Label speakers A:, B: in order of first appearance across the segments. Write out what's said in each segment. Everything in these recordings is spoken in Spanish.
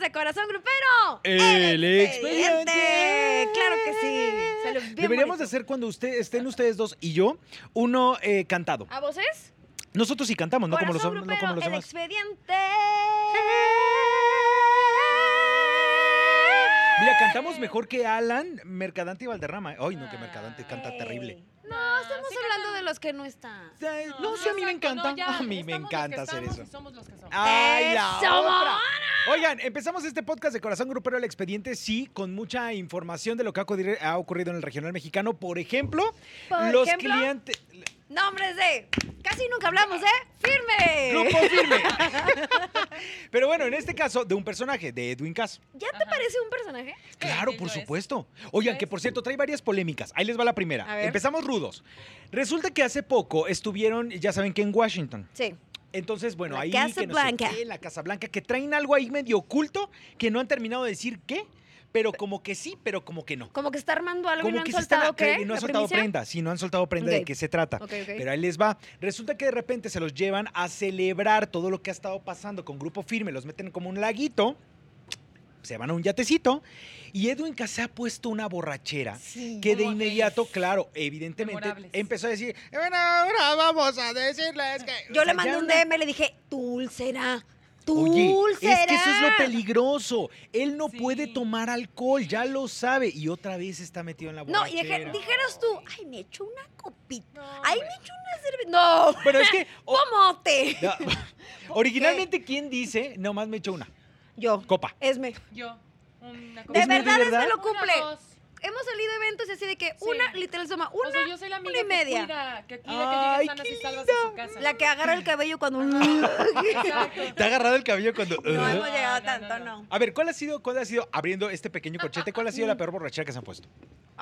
A: de Corazón Grupero.
B: El expediente.
A: Claro que sí. Salió bien bonito.
B: Deberíamos de hacer cuando usted, estén ustedes dos y yo, uno eh, cantado.
A: ¿A voces?
B: Nosotros sí cantamos, no como los,
A: Corazón
B: hom- no como
A: Grupero,
B: los
A: el
B: demás.
A: expediente.
B: Mira, cantamos mejor que Alan, Mercadante y Valderrama. Ay, no, que Mercadante canta
A: Ey.
B: terrible.
A: No, estamos
C: sí
A: hablando de los que no están.
B: No, sí, a mí me
C: exacto, no,
B: encanta.
C: ya,
B: a mí me
C: estamos los que
B: encanta hacer
C: estamos
B: eso.
C: y somos los que somos.
A: Ah.
B: ¡Ay, la
A: ¡Eso,
B: otra! Oigan, empezamos este podcast de Corazón Grupero El Expediente, sí, con mucha información de lo que ha ocurri- ha ocurrido en el regional mexicano. Por ejemplo,
A: Por
B: los
A: ejemplo,
B: clientes...
A: Nombres de. Casi nunca hablamos, ¿eh? ¡Firme!
B: Grupo firme. Pero bueno, en este caso, de un personaje, de Edwin Cass.
A: ¿Ya te parece un personaje?
B: Claro,
C: sí,
B: por
C: lo es.
B: supuesto. Oigan, que por cierto, trae varias polémicas. Ahí les va la
A: A
B: primera.
A: ver.
B: Empezamos rudos. Resulta que hace poco estuvieron, ya saben que en Washington.
A: Sí.
B: Entonces, bueno,
A: La
B: ahí
A: Casa
B: que no sé
A: Blanca.
B: qué, la Casa Blanca, que traen algo ahí medio oculto que no han terminado de decir qué, pero como que sí, pero como que no.
A: Como que está armando algo y
B: Como
A: no han
B: que
A: soltado
B: se están,
A: qué.
B: eh, no han
A: ¿La
B: soltado
A: primicia?
B: prenda, sí, no han soltado prenda de
A: Ok.
B: qué se trata.
A: Ok, ok.
B: Pero ahí les va. Resulta que de repente se los llevan a celebrar todo lo que ha estado pasando con Grupo Firme. Los meten como un laguito, se van a un yatecito y Edwin Cass se ha puesto una borrachera.
C: Sí,
B: Que de
C: como
B: inmediato, claro, evidentemente,
C: Memorables.
B: empezó a decir, bueno, ahora vamos a decirles que...
A: Yo
B: O sea,
A: le
B: ya
A: mandé un
B: una-
A: DM y le dije, dulcera.
B: Oye,
A: Dulcera.
B: es que eso es lo peligroso. Él no
C: Sí.
B: puede tomar alcohol, ya lo sabe. Y otra vez está metido en la
A: No,
B: borrachera.
A: y dije- dijeras tú, ay, me echo una copita.
C: No,
A: Ay,
C: hombre.
A: me echo una cerveza. No,
B: Bueno, es que... o-
A: pomote.
B: No. Originalmente, ¿quién dice? Nomás me echó una
A: Yo,
B: copa.
A: Esme.
C: Yo. Una
A: De
B: ¿Es muy de
A: verdad, Esme
B: verdad?
A: lo cumple.
C: Una, dos.
A: Hemos salido a eventos y así de que una, literal, toma una,
C: o sea, yo soy la
A: una
C: amiga
A: y media.
C: que cuida, que cuida
B: Ay,
C: que lleguen
B: qué
C: sanas y salvas a su casa.
A: la que agarra el cabello cuando... no
C: Exacto.
B: Te ha agarrado el cabello cuando. eh,
A: hemos
C: No,
A: llegado
C: no,
A: tanto,
C: no,
A: no.
B: A ver, ¿cuál ha sido, cuál ha sido, abriendo este pequeño corchete, cuál ha sido la peor borrachera que se han puesto?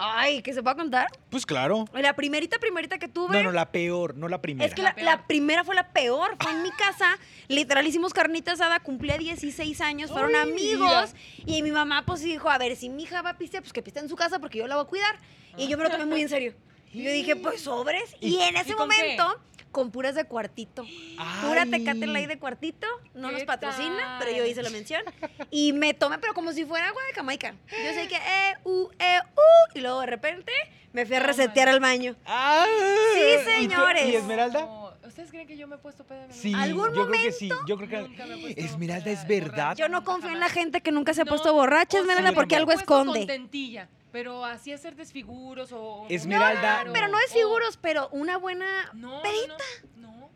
A: Ay, ¿que se pueda contar?
B: Pues claro.
A: La primerita, primerita que tuve...
B: No, no, la peor, no la primera.
A: Es que la,
C: La peor.
A: la primera fue la peor, fue en mi casa, literal hicimos carnita asada, cumplía 16 años, fueron
C: Uy,
A: amigos y mi mamá pues dijo, a ver, si mi hija va a pistear, pues que piste en su casa porque yo la voy a cuidar. Y yo me lo tomé muy en serio. Y yo dije, pues sobres. Y, en ese
C: ¿Y con
A: momento, con puras de cuartito.
B: Ay.
A: Pura Tecate Light de cuartito, no
C: ¿Qué
A: nos patrocina,
C: tal?
A: pero yo hice la mención. Y me tomé, pero como si fuera agua de Jamaica. Yo sé que, eh, u, eh, u. Y luego de repente me fui a
C: No
A: resetear al baño.
B: Ay.
A: Sí,
B: ¿Y tú-
A: señores.
B: ¿Y, Esmeralda?
C: No, ¿Ustedes creen que yo me he puesto peda? en algún
B: Sí,
A: ¿Algún
B: yo creo que sí. Yo creo
C: Nunca me he
B: que.
C: puesto
B: Esmeralda, es
C: borracha.
B: verdad.
A: Yo no confío en la gente que nunca se ha
C: No,
A: puesto borracha,
C: o sea,
A: Esmeralda,
B: yo
A: porque
C: me he
A: algo
C: puesto
A: esconde.
C: Contentilla, pero así hacer desfiguros o...
B: Esmeralda.
C: o-
A: Pero no es
C: o-
A: figuros, pero una buena.
C: No,
A: Pedita.
C: No, no.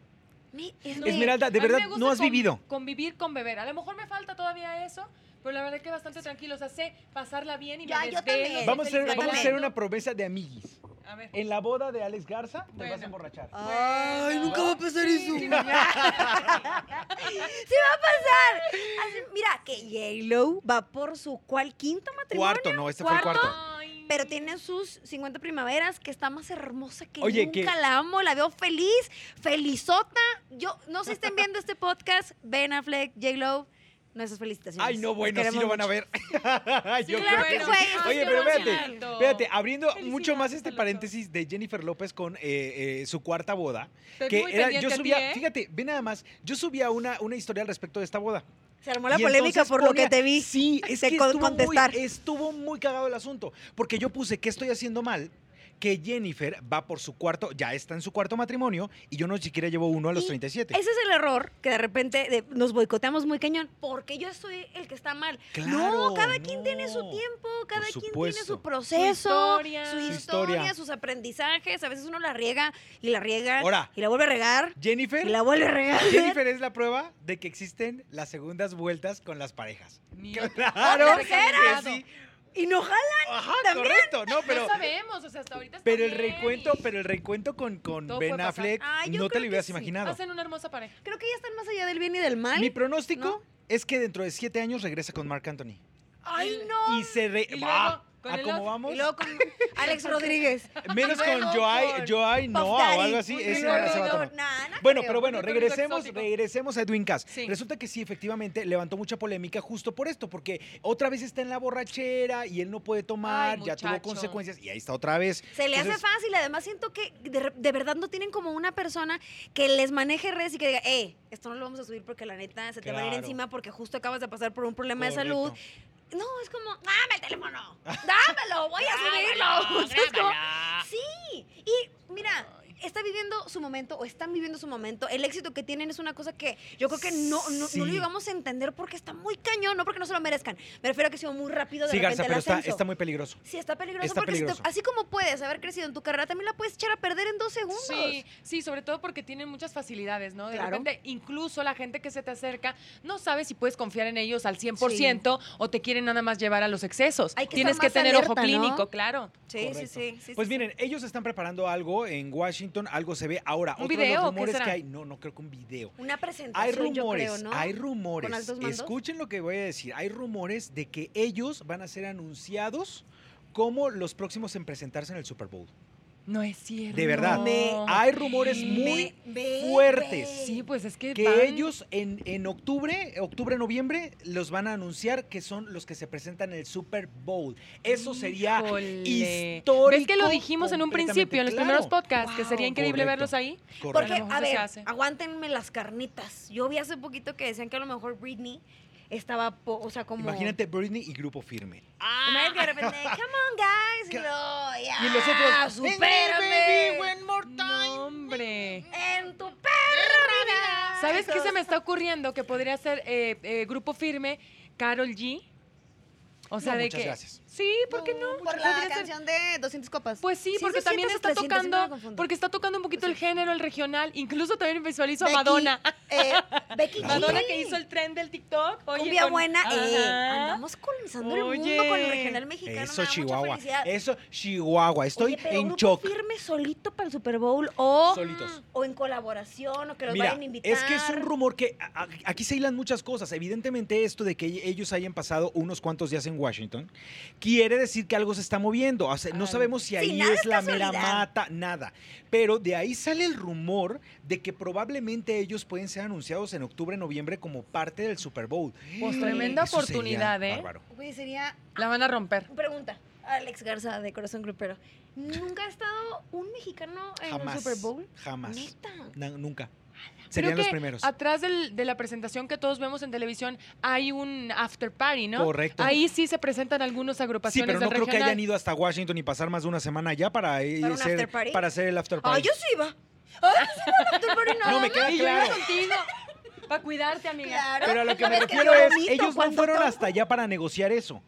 A: Mi-
C: no.
A: Esme-
B: Esmeralda, de
C: A mí me
B: verdad,
C: gusta
B: no has
C: con-
B: vivido.
C: Convivir con beber. A lo mejor me falta todavía eso, pero la verdad que bastante tranquilo. O sea, sé pasarla bien y
A: Ya,
C: me
A: yo
C: desvelo,
A: también.
C: soy
B: Vamos a, hacer,
C: feliz
B: vamos a hacer
C: bailando.
B: una promesa de amiguis.
C: A ver.
B: En la boda de Alex Garza, te
C: Bueno.
B: vas a emborrachar.
A: Ah, Ay, nunca va a pasar eso.
C: Sí, ya.
A: ¡Sí va a pasar! Así, mira, que J-Lo va por su cual quinto matrimonio.
B: Cuarto, no, este fue el
A: ¿Cuarto?
B: cuarto.
C: Ay.
A: Pero tiene sus 50 primaveras, que está más hermosa que
B: Oye,
A: nunca.
B: que-
A: La amo, la veo feliz, felizota. Yo, no sé si estén viendo este podcast, Ben Affleck, J-Lo, nuestras felicitaciones.
B: Ay, no,
A: Los
B: bueno, sí
A: queremos
B: lo van a
A: mucho.
B: ver. Yo
A: claro
B: creo
A: que
B: sí.
A: fue.
B: Oye,
A: Ay,
B: pero ah,
A: qué
B: fíjate,
C: emocionante.
B: fíjate, abriendo mucho
C: Felicidades
B: más
C: a
B: este
C: los dos.
B: paréntesis de Jennifer López con eh, eh, su cuarta boda.
C: Estoy
B: Que
C: muy
B: era, yo
C: pendiente a ti,
B: subía,
C: ¿eh?
B: fíjate, ve nada más, yo subía una, una historia al respecto de esta boda.
A: Se armó la
B: Y
A: polémica
B: entonces
A: por lo que
B: ponía-
A: te vi.
B: Sí, es
A: de
B: que
A: con-
B: estuvo,
A: contestar.
B: Muy, estuvo muy cagado el asunto. Porque yo puse, ¿qué estoy haciendo mal? Que Jennifer va por su cuarto, ya está en su cuarto matrimonio, y yo no siquiera llevo uno a los
A: Y
B: 37.
A: Ese es el error que de repente de- nos boicoteamos muy cañón, porque yo soy el que está mal. no,
B: Claro,
A: cada quien tiene su
B: no.
A: tiempo, cada quien tiene
B: supuesto.
A: su
B: Su
A: proceso, su historia,
C: historia.
B: Su historia.
A: sus aprendizajes. A veces uno la riega y la riega
B: Ahora.
A: y la vuelve a regar y
B: Jennifer,
A: la vuelve a regar.
B: Jennifer es la prueba de que existen las segundas vueltas con las parejas.
C: Mira,
B: Claro que
C: tercera.
B: sí.
A: Y no jala.
B: Ajá,
A: También.
B: correcto. No, pero,
C: no sabemos, o sea, hasta ahorita está
B: pero el
C: bien y
B: recuento, pero el recuento con, con
C: Todo
B: Ben
C: puede pasar.
B: Affleck
A: Ay, yo creo
B: no te lo
A: que
B: hubieras
A: sí.
B: imaginado.
C: Hacen una hermosa pareja.
A: Creo que ya están más allá del bien y del mal.
B: Mi pronóstico
A: ¿No?
B: es que dentro de siete años regresa con Marc Anthony.
A: Ay, no.
B: Y se re-
C: Y luego,
B: ¡Ah!
C: Con
B: ¿A
C: el
B: cómo
C: otro.
B: vamos?
A: Y luego con Alex Rodríguez.
B: Menos
C: y
B: con
C: luego
B: Joai,
C: con
B: Joai
A: Puff
B: Noah o
A: Daddy.
B: algo así.
A: Y
B: ese
A: luego-
B: era ese
A: no,
B: vato, no.
A: nah, nah
B: Bueno,
A: creo.
B: pero bueno,
C: Un perrito
B: regresemos,
C: exótico.
B: regresemos a Edwin Cass.
C: Sí.
B: Resulta que sí, efectivamente, levantó mucha polémica justo por esto, porque otra vez está en la borrachera y él no puede tomar,
C: Ay,
B: ya tuvo
C: muchacho.
B: consecuencias y ahí está otra vez.
A: Se le hace
B: Entonces-
A: fácil, además siento que de, re- de verdad no tienen como una persona que les maneje redes y que diga, eh, esto no lo vamos a subir porque la neta se te va a ir
B: Claro.
A: encima porque justo acabas de pasar por un problema de
B: Correcto.
A: salud. No, es como, dame el teléfono, dámelo, voy a subirlo. O sea, es como- sí, y mira, está viviendo su momento o están viviendo su momento. El éxito que tienen es una cosa que yo creo que no, no,
B: Sí.
A: no lo llegamos a entender porque está muy cañón, no porque no se lo merezcan. Me refiero a que ha sido muy rápido de
B: Sí,
A: repente
B: Garza,
A: el
B: pero está,
A: ascenso.
B: está muy peligroso.
A: Sí, está peligroso
B: Está
A: porque si te-
B: peligroso.
A: así como puedes haber crecido en tu carrera, también la puedes echar a perder en dos segundos.
C: Sí, sí, sobre todo porque tienen muchas facilidades, ¿no? De
A: Claro.
C: repente, incluso la gente que se te acerca no sabe si puedes confiar en ellos al 100% o te quieren nada más llevar a los excesos.
A: Hay que
C: Tienes
A: estar
C: que
A: más
C: tener ojo
A: alerta, ¿no?
C: clínico, claro.
A: sí, sí,
B: Correcto.
A: sí, sí,
B: Pues
A: sí,
B: miren, ellos están preparando algo en Washington, algo se ve ahora.
C: ¿Un
B: otro de
C: video
B: los
C: o qué
B: rumores que
C: será?
B: hay, no, no creo que un video.
A: sí. Una presentación,
B: Hay rumores,
A: yo creo, ¿no?
B: hay rumores.
A: ¿Con altos mandos?
B: Escuchen lo que voy a decir. Hay rumores de que ellos van a ser anunciados como los próximos en presentarse en el Super Bowl.
C: No es cierto.
B: De verdad.
A: Me-
B: Hay rumores
C: Me-
B: muy
A: Ve,
B: fuertes.
A: ve.
C: Sí, pues es que.
B: que
C: van-
B: ellos en, en octubre, octubre, noviembre, los van a anunciar que son los que se presentan en el Super Bowl. Eso sería
C: Híjole.
B: histórico.
C: ¿Ves que lo dijimos en un principio, en los primeros
B: completamente,
C: podcasts, que
A: Wow.
C: sería increíble
B: Correcto.
C: verlos ahí?
B: claro.
C: A
A: Porque,
C: lo mejor
A: a
C: eso se
A: ver,
C: hace.
A: aguántenme las carnitas. Yo vi hace poquito que decían que a lo mejor Britney estaba, po- o sea, como...
B: Imagínate Britney y Grupo Firme.
A: Una vez que de repente, come on, guys, y
B: Ca-
A: lo, ya,
B: y los otros,
A: supérame.
C: No, hombre.
A: En tu perra vida.
C: ¿Sabes qué
A: Eso
C: se me está ocurriendo? Que podría ser eh, eh, grupo firme, Carol G. O sea,
B: No,
C: de
B: muchas
C: que.
B: gracias.
C: Sí, ¿por qué no?
A: Por
C: Podría
A: la
C: ser-
A: canción de 200 copas.
C: Pues sí,
A: 600
C: porque
A: o
C: también está
A: 300, sí me la
C: tocando,
A: confundo. Pues
C: porque está tocando un poquito el género, el regional, incluso también visualizo a
A: Becky,
C: Madonna.
A: eh, Becky G.
C: Madonna que hizo el tren del TikTok. Oye,
A: Cumbia
C: con-
A: buena. eh,
C: Ajá.
A: andamos colonizando el
C: Oye.
A: mundo con el regional mexicano.
B: Eso,
A: me da mucha
B: Chihuahua.
A: felicidad.
B: Eso, Chihuahua. Estoy
A: Oye, pero
B: en
A: grupo
B: shock.
A: firme solito para el Super Bowl o,
B: Solitos.
A: o en colaboración o que los
B: Mira,
A: vayan a invitar.
B: es que es un rumor que a- a- aquí se hilan muchas cosas. Evidentemente esto de que ellos hayan pasado unos cuantos días en Washington quiere decir que algo se está moviendo. O sea, no
C: Ay.
B: sabemos si
A: Sí,
B: ahí
A: nada
B: es
A: es
B: la mera
A: casualidad.
B: mata, nada. Pero de ahí sale el rumor de que probablemente ellos pueden ser anunciados en octubre, noviembre como parte del Super Bowl.
C: Pues tremenda
B: Eso sería
C: oportunidad, ¿eh?
B: bárbaro.
A: Güey, sería
C: La van a romper.
A: pregunta. Alex Garza de Corazón Grupero. ¿Nunca ha estado un mexicano en
B: Jamás.
A: el Super Bowl?
B: Jamás.
A: Neta.
B: Na- nunca.
C: Creo
B: Serían los
C: que
B: primeros.
C: Atrás del- de la presentación que todos vemos en televisión hay un after party, ¿no?
B: Correcto.
C: Ahí sí se presentan algunas
B: Sí,
C: agrupaciones
B: pero no
C: del
B: creo que
C: regional.
B: hayan ido hasta Washington y pasar más de una semana allá para, eh,
A: ¿Para un
B: ser-
A: after party?
B: para hacer el after party.
A: Ay, Ah, yo sí iba. Ay, yo sí iba al After Party, nada
B: No, me
A: más.
B: queda
C: Y yo iba
B: claro.
C: contigo. Para cuidarte, amiga.
A: Claro.
B: Pero a lo que me
A: Es que
B: refiero
A: yo
B: es,
A: vomito
B: ellos no
A: cuando
B: fueron
A: tomo.
B: hasta allá para negociar eso.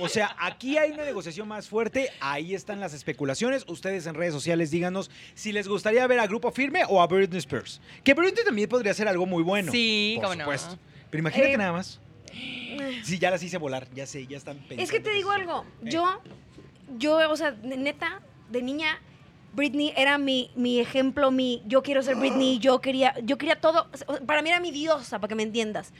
B: O sea, aquí hay una negociación más fuerte, ahí están las especulaciones. Ustedes en redes sociales díganos si les gustaría ver a Grupo Firme o a Britney Spears. Que Britney también podría ser algo muy bueno.
C: Sí,
B: por
C: cómo no.
B: supuesto. Pero imagínate
A: Eh,
B: nada más. Sí, ya las hice volar, ya sé, ya están pensando.
A: Es que te
B: que
A: digo
B: sí.
A: algo.
B: Eh.
A: Yo, yo, o sea, ne- neta, de niña, Britney era mi, mi ejemplo, mi yo quiero ser Britney, yo quería, yo quería todo. o sea, Para mí era mi diosa, para que me entiendas.